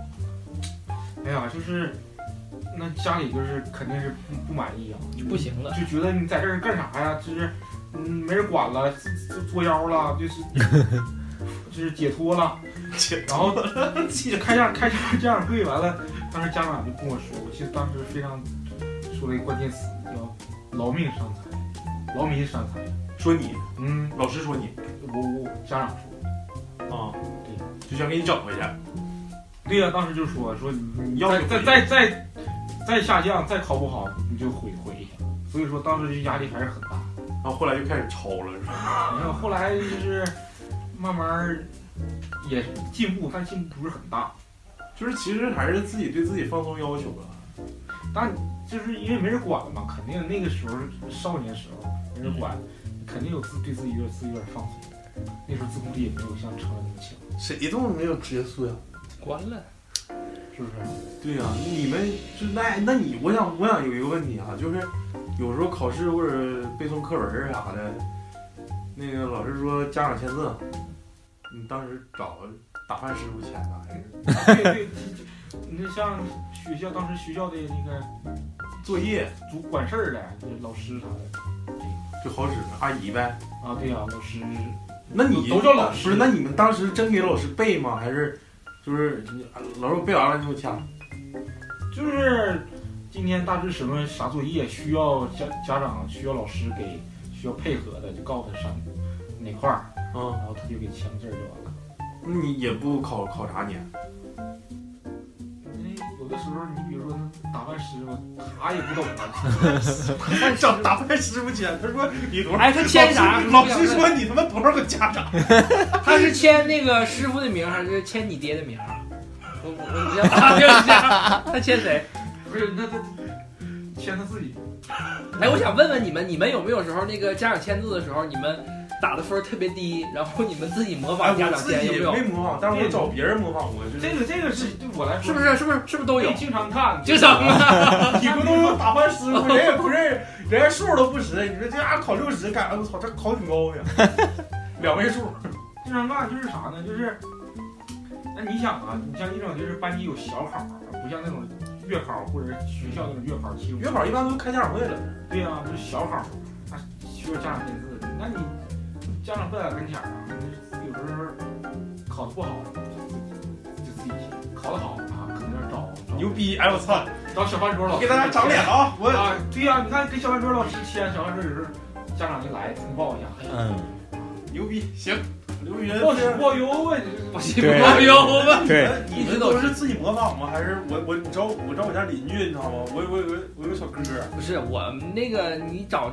哎呀，就是那家里就是肯定是不不满意啊，不行了，就觉得你在这儿干啥呀？就是嗯没人管了，自自作妖了，就是就是解脱了，然后就开价开价这样贵完了，当时家长就跟我说，我记得当时非常说了一个关键词叫劳命伤财，劳民伤财。 说你，嗯，老师说你我我家长说。啊，对，就想给你整回去。对呀、当时就说说你你要要是再再再再下降，再考不好你就毁毁一下。所以说当时就压力还是很大。然后后来就开始抄了，是吧？然后后来就是慢慢儿也是进步，但进步不是很大。就是其实还是自己对自己放松要求了。但就是因为没人管了嘛，肯定那个时候少年时候没人管，肯定有自对自己有自己有点放松。那时候自控力也没有像成人那么强，谁都没有结束呀？关了。是不是？对呀、你们就那那你，我想我想有一个问题啊，就是有时候考试或者背诵课文儿啥的，那个老师说家长签字，你当时找打饭师傅签的还是 对对，对你 就像学校当时学校的那个作业主管事儿的就是老师啥的就好使阿姨呗？啊，对呀、老师那你都都叫老师不是？那你们当时真给老师背吗？还是就是你啊老师我背完了你给我签？就是今天大致什么啥作业需要家家长需要老师给需要配合的，就告诉他上哪块儿，嗯，然后他就给签个字儿就完了。你也不考考察你？啊因为哎有的时候你比如说打饭师傅，他也不懂啊， 找打饭师傅签，他说你多哎，他签啥？老师说你他妈多少个家长？他是签那个师傅的名儿还是签你爹的名儿啊？我我我先打 听一下，他签谁？不是那他签他自己，哎，我想问问你们，你们有没有时候那个家长签字的时候，你们打的分儿特别低，然后你们自己模哎，仿家我长自签，己有没也没有？模仿，但是我找别人模仿，我就这是。个这个是对我来是说不是？是不是？是不是都有你？经常看，经常啊，你不能说打饭师傅，人也不认，人家数都不识，你说这家伙考六十，哎感觉我操，这考挺高呀，两位数。经常干就是啥呢？就是，那你想啊，你像一种就是班级有小考，不像那种月考或者学校那种月考期中月考一般都开家长会了，对呀、就是小考，那需要家长签字，那你家长不在跟前儿啊，你有时候考的不好就自己签，考的好啊，可能要找找牛逼！哎我操，找小饭桌老师给大家长脸了啊！我啊！对呀、你看给小饭桌老师签，小饭桌有时候家长一来通报一下，哎呀，嗯，牛逼，行，刘云报喜是不报忧啊，你不行，不行，我们对，你们都是自己模仿吗？还是我我你知道我知道我家邻居你知道吗？我有我有个我有个小哥，不是我们那个，你找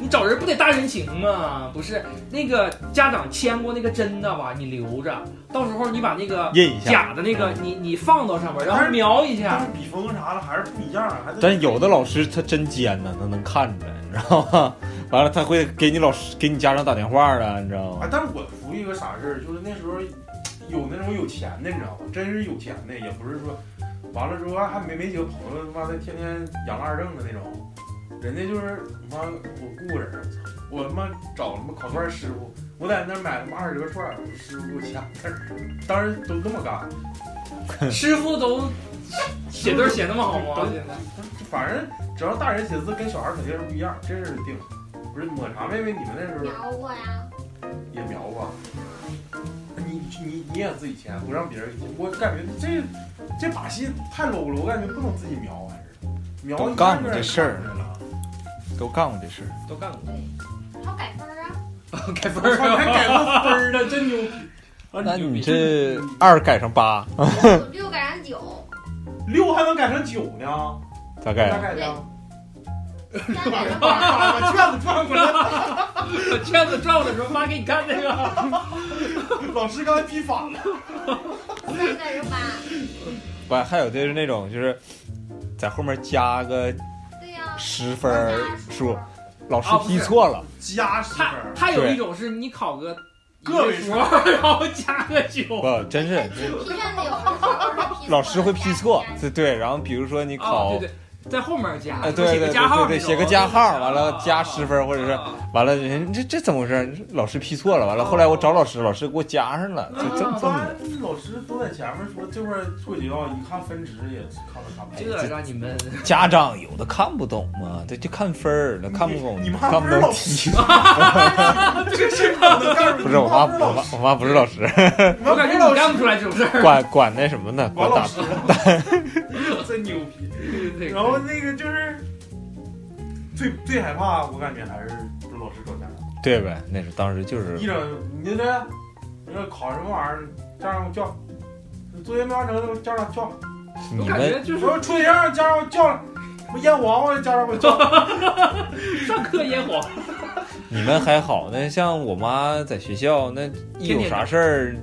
你找人不得搭人情吗？不是那个家长签过那个真的吧？你留着，到时候你把那个印一下。假的那个你你放到上面，然后瞄一但 下。是笔锋啥的还是不一样，啊还得但有的老师他真尖呐，他能看出来，你知道吗？完了他会给你老师给你家长打电话啊，你知道啊吗？，但是我服一个啥事儿，就是那时候有那种有钱的，你知道吗？真是有钱的，也不是说完了之后啊还没没几个朋友，他妈的天天养二正的那种，人家就是他妈我雇人，我操，我他妈找他妈烤串师傅，我在那儿买他妈二十个串儿，我师傅给我掐那儿，当时都这么干，师傅都写字儿写那么好吗？现在反正只要大人写字跟小孩儿肯定是不一样，这是定。不是抹茶妹妹，你们那时候瞄过呀，也描吧？你你你也自己签，不让别人给签。我感觉这这把戏太 low 了，我感觉不能自己描，还是描都一干看就过这让人事儿看出来了。都干过这事儿。都干过，对，还有改分儿啊，改分我操，儿还啊改过分儿呢，真牛逼！那你这二改成八，有六改成九，六还能改成九呢？咋咋改？改的？三改成八， 把卷子转过来，我圈子转过来的时候，妈给你看那个。老师刚才批反了。三改成八，完还有就是那种就是在后面加个对呀、十分儿数，啊老师批错哦了，加十分他他儿，有一种是你考个个位位数数， 然后加个九。不，真是批卷子有的时候是批老师会批错加，对对。然后比如 说你哦，考，对对，在后面加，哎，对对写对个加号对那种，对，写个加号，完了啊加十，分，或者是完了，人这这怎么回事？老师批错了，哦完了后来我找老师，老师给我加上了，就这么这么班的。老师都在前面说这块儿做几道，一看分值也看都看不这见。个让你们家长有的看不懂嘛，这就看分儿，那看不懂，你你妈看不不是懂老题。这事儿能干不是我妈，我妈我妈不是老师，你我妈感觉你干不出来这种事 儿。管管那什么呢？王管老打师， 真牛逼。然然后那个就是最最害怕，我感觉还是就老师找家长，对呗？那是当时就是一整你这你这考什么玩意儿，家长叫，作业没完成，家长叫，你我感们觉就是我说出题让家长叫了，我验黄瓜家长给我 叫，上课也火，你们还好，那像我妈在学校，那一有啥事儿，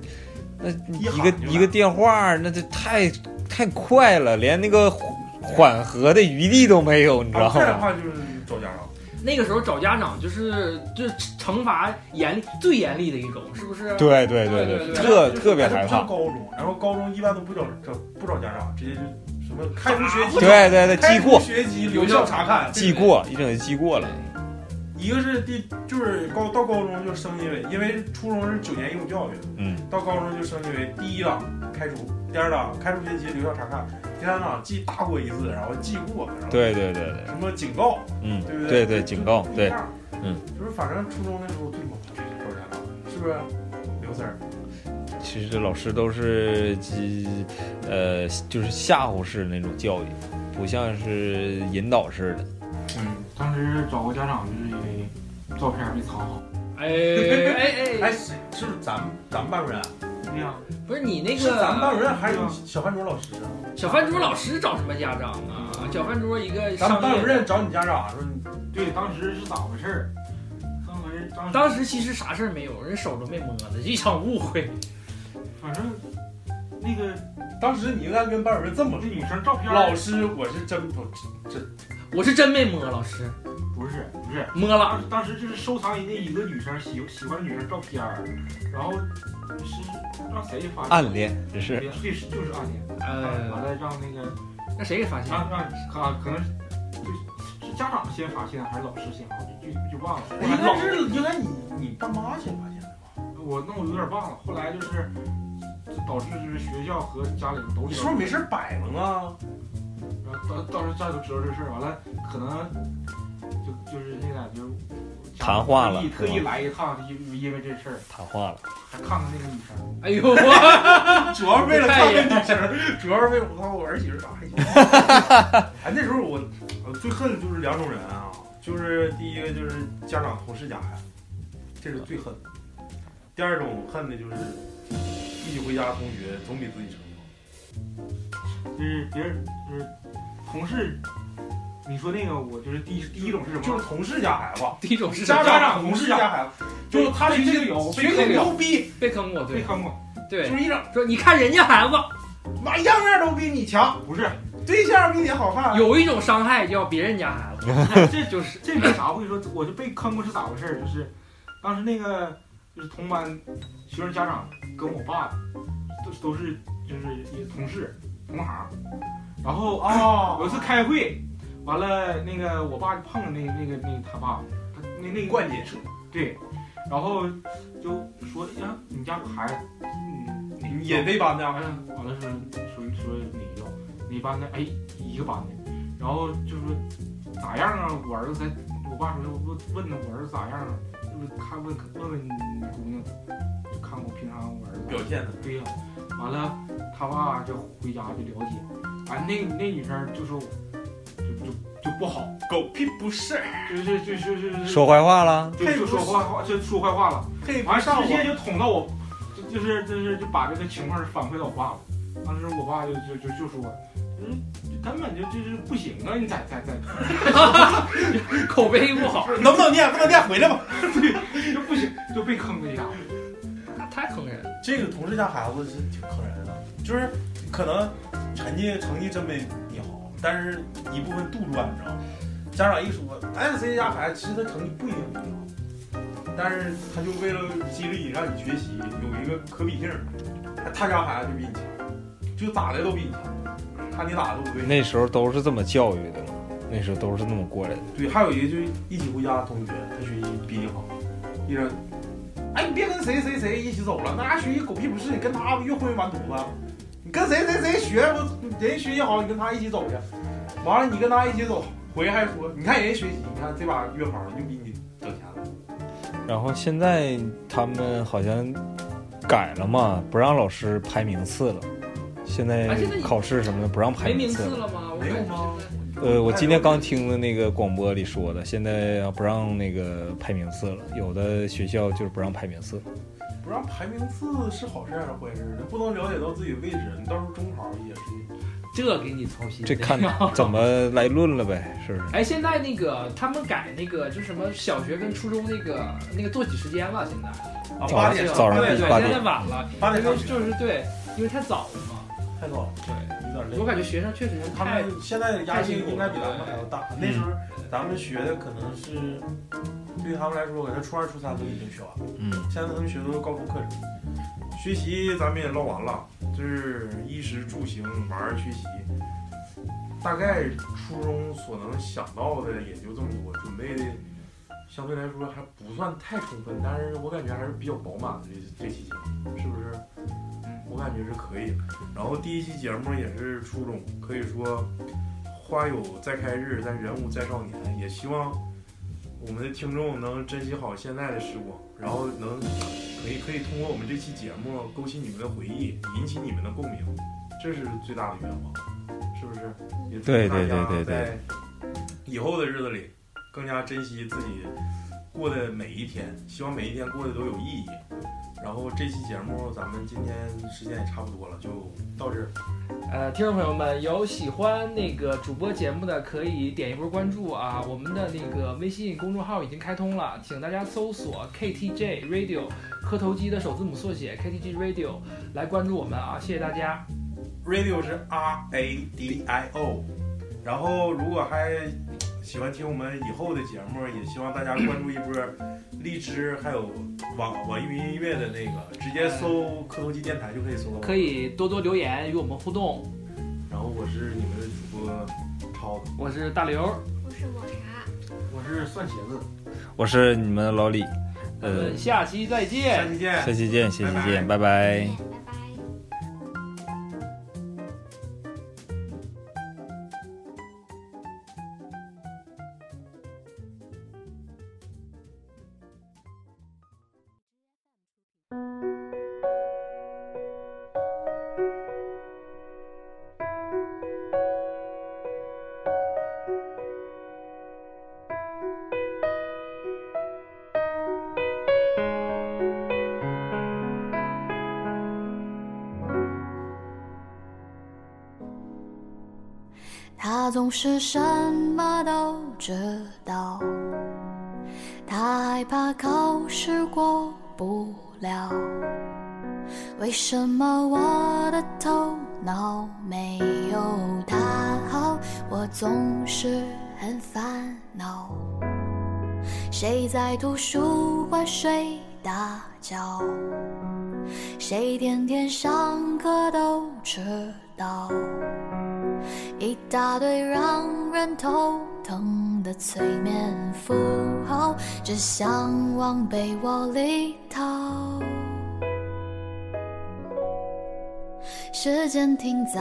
那一一个喊就来一个电话，那这太太快了，连那个缓和的余地都没有，你知道我最害吗？怕就是找家长。那个时候找家长就是就是惩罚严厉最严厉的一种，是不是？对对对对对对特特别害还上怕。高中，然后高中一般都不找找不找家长，直接就什么开除学籍，啊对对对，开记除过学籍留校查看，记过，一整就记过了。一个是第就是高到高中就升级为，因为初中是九年义务教育，嗯，到高中就升级为第一档开除，第二档开除学籍留校查看，第三档记大过一次，然后记过，然后对对对对，什么警告，嗯对不，对对，对，警告，就对，，嗯，就是反正初中的时候最猛就是找家长，是不是？刘三儿，其实老师都是几，呃，就是吓唬式那种教育，不像是引导式的。嗯，当时找个家长就是因为照片没藏好，哎哎哎，哎，是是咱们咱们班主任，啊对呀，不是你那是咱们班个主任还是小班主任老师啊？小饭桌老师找什么家长啊？小饭桌一个咱们上班业主任找你家长啊说你，对，当时是咋回事儿？当时当时当时其实啥事儿没有，人手都没摸呢，一场误会。反正那个当时你应该跟班主任这么那说。女生照片老师，我是真不我是真没摸，老师不是不是，摸了。当时当时就是收藏人家一个女生喜喜欢女生照片儿，然后是让谁发现暗恋，这是对，就是就是暗恋，完呃，了让那个那谁给发现？让让啊，可能是就是是家长先发现还是老师先发现，就就忘了。应该是应该你你爸妈先发现的吧？我那我有点忘了，后来就是就导致就是学校和家里都你知是道不是，没事摆了呢？然后到到时候家里都知道这事儿，完了可能就就是现在就谈话了特意特意是吧来一趟，因因为这事儿谈话了。还看看那个女生，哎呦我，主要是为了看看女生，主要是为 了我看我儿媳妇啥哎，那时候我我最恨就是两种人啊，就是第一个就是家长投试假呀，这是最恨的。第二种恨的就是一起回家的同学总比自己成功。就是别人就是同事，你说那个我就是第一第一种是什么？就是同事家孩子，第一种是家家长同事同事家孩子，就是他对学这习个有学习这个有牛逼，被坑过，被对坑过，就对，是一整说你看人家孩子妈样样都比你强，不是对象比你好看，有一种伤害叫别人家孩子，这就是这个啥？我跟你说，我就被坑过是咋回事儿？就是当时那个就是同班学生家长跟我爸都都是就是也同事同行，然后啊有一次开会，完了那个我爸碰了那那个那个他爸，他那那个冠姐对，然后就说哎呀，你家孩子嗯也被班完的，了完了说说说哪个哪班的哎一个班的，然后就说咋样啊？我儿子才我爸说问问他我儿子咋样啊？就是看问问问你姑娘，就看我平常我儿子哎表现的对呀、完了他爸就回家就了解，完那那女生就说我就就就不好，狗屁不是，就是就就就就说坏话了，就就说坏话就说坏话了。配不完上直接我。就捅到我，就就是就是就把这个情况反馈到我爸了。当时我爸就就就就说，嗯，根本就就是不行啊！你咋咋 咋口碑不好，能不能念？不能念，回来吧。就不行，就被坑了一下。太坑人了。这个同事家孩子是挺坑人的，就是可能成绩成绩真没你好，但是一部分杜撰，你知道吗？家长一说，哎，谁家孩子其实他成绩不一定比你好，但是他就为了激励你，让你学习有一个可比性，他他家孩子就比你强，就咋的都比你强，看你咋的都不对。那时候都是这么教育的，那时候都是那么过来的。对，还有一个就是一起回家的同学，他学习比你好，一人，哎，你别跟谁谁谁一起走了，那家学习狗屁不是，你跟他越混越完犊子。你跟谁谁谁学不，人家学习好，你跟他一起走去，完了你跟他一起走，回来还说，你看人家学习，你看这把月跑就比你挣钱了。然后现在他们好像改了嘛，不让老师排名次了。现在啊现在你考试什么的不让排没名名次次了了。吗？我没有感觉吗现在？呃，我今天刚听的那个广播里说的，现在不让那个排名次了，有的学校就是不让排名次。不让排名次是好事还啊是坏事呢？不能了解到自己位置，你到时候中考也是。这给你操心。这看怎么来论了呗，是不是？哎，现在那个他们改那个，就什么小学跟初中那个那个作息时间了，现在啊，早八上点上早上八对点对，八现点在晚了，八点因为上学就是对，因为太早了嘛。太早了，对，有点累我。感觉学生确实他太们现在压力应该比咱们还要大。那时候咱们学的可能是，对于他们来说，可能初二、初三都已经学完了。嗯，现在他们学的都是高中课程，学习咱们也唠完了，就是衣食住行、玩儿、学习，大概初中所能想到的也就这么多，准备的相对来说还不算太充分，但是我感觉还是比较饱满的这这期节目，是不是？我感觉是可以的。然后第一期节目也是初中，可以说花有再开日，但人无再少年。也希望我们的听众能珍惜好现在的时光，然后能可以可以通过我们这期节目勾起你们的回忆，引起你们的共鸣，这是最大的愿望，是不是？也祝对大对家对对对在以后的日子里更加珍惜自己过的每一天，希望每一天过得都有意义。然后这期节目咱们今天时间也差不多了，就到这儿。呃，听众朋友们，有喜欢那个主播节目的，可以点一波关注啊！我们的那个微信公众号已经开通了，请大家搜索 KTJ Radio，磕头机的首字母缩写 KTJ Radio 来关注我们啊！谢谢大家。 Radio 是 R A D I O。然后，如果还喜欢听我们以后的节目，也希望大家关注一波荔枝，还有网网易云音乐的那个，直接搜“磕头机电台”就可以搜到。哎可。以多多留言与我们互动。然后我是你们的主播超子，我是大刘，不是抹茶。我是算茄子，我是你们老李，我呃们，下期再见下。期见。下期见，下期见，拜再拜见，拜拜。总是什么都知道，他害怕考试过不了。为什么我的头脑没有他好？我总是很烦恼。谁在图书馆睡大觉？谁天天上课都迟到？一大堆让人头疼的催眠符号，只想往被窝里逃。时间停在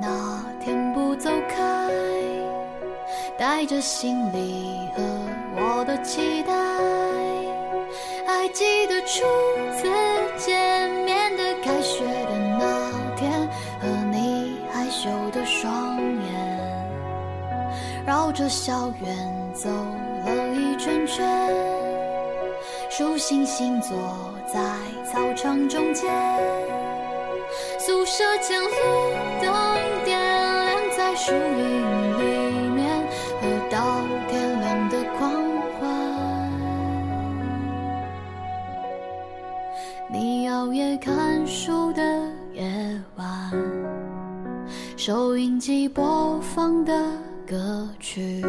那天不走开，带着行李和我的期待。还记得初次见面的开学的那天，和你害羞的双眼，绕着校园走了一圈圈，数星星坐在操场中间。宿舍前路灯点亮在树荫里面，喝到天亮的狂欢。你熬夜看书的夜晚，收音机播放的歌曲，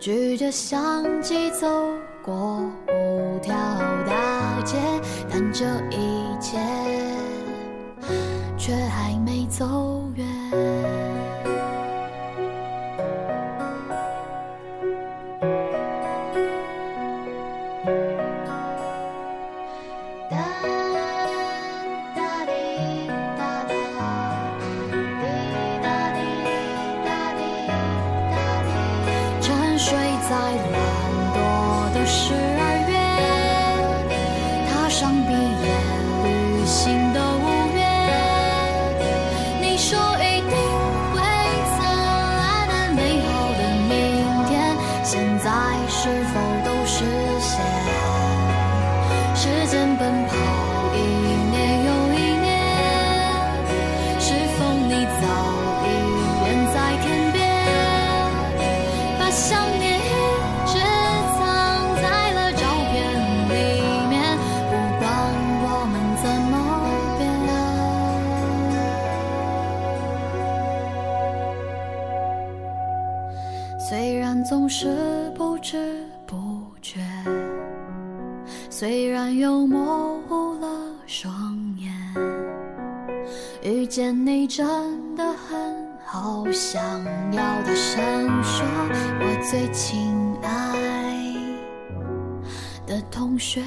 举着相机走过五条大街，但这一切。却还没走远。哒哒滴哒哒，滴哒滴哒滴哒滴，沉睡在懒惰的十二月，踏上毕业旅行的五月。你说一定会灿烂的、美好的明天，现在是否都实现？时间奔跑，一年又一年，是否你早已远在天边，把想念一直藏在了照片里面，不管我们怎么变。虽然总是不知不觉，虽然又模糊了双眼，遇见你真的很好，想要大声说，我最亲爱的同学。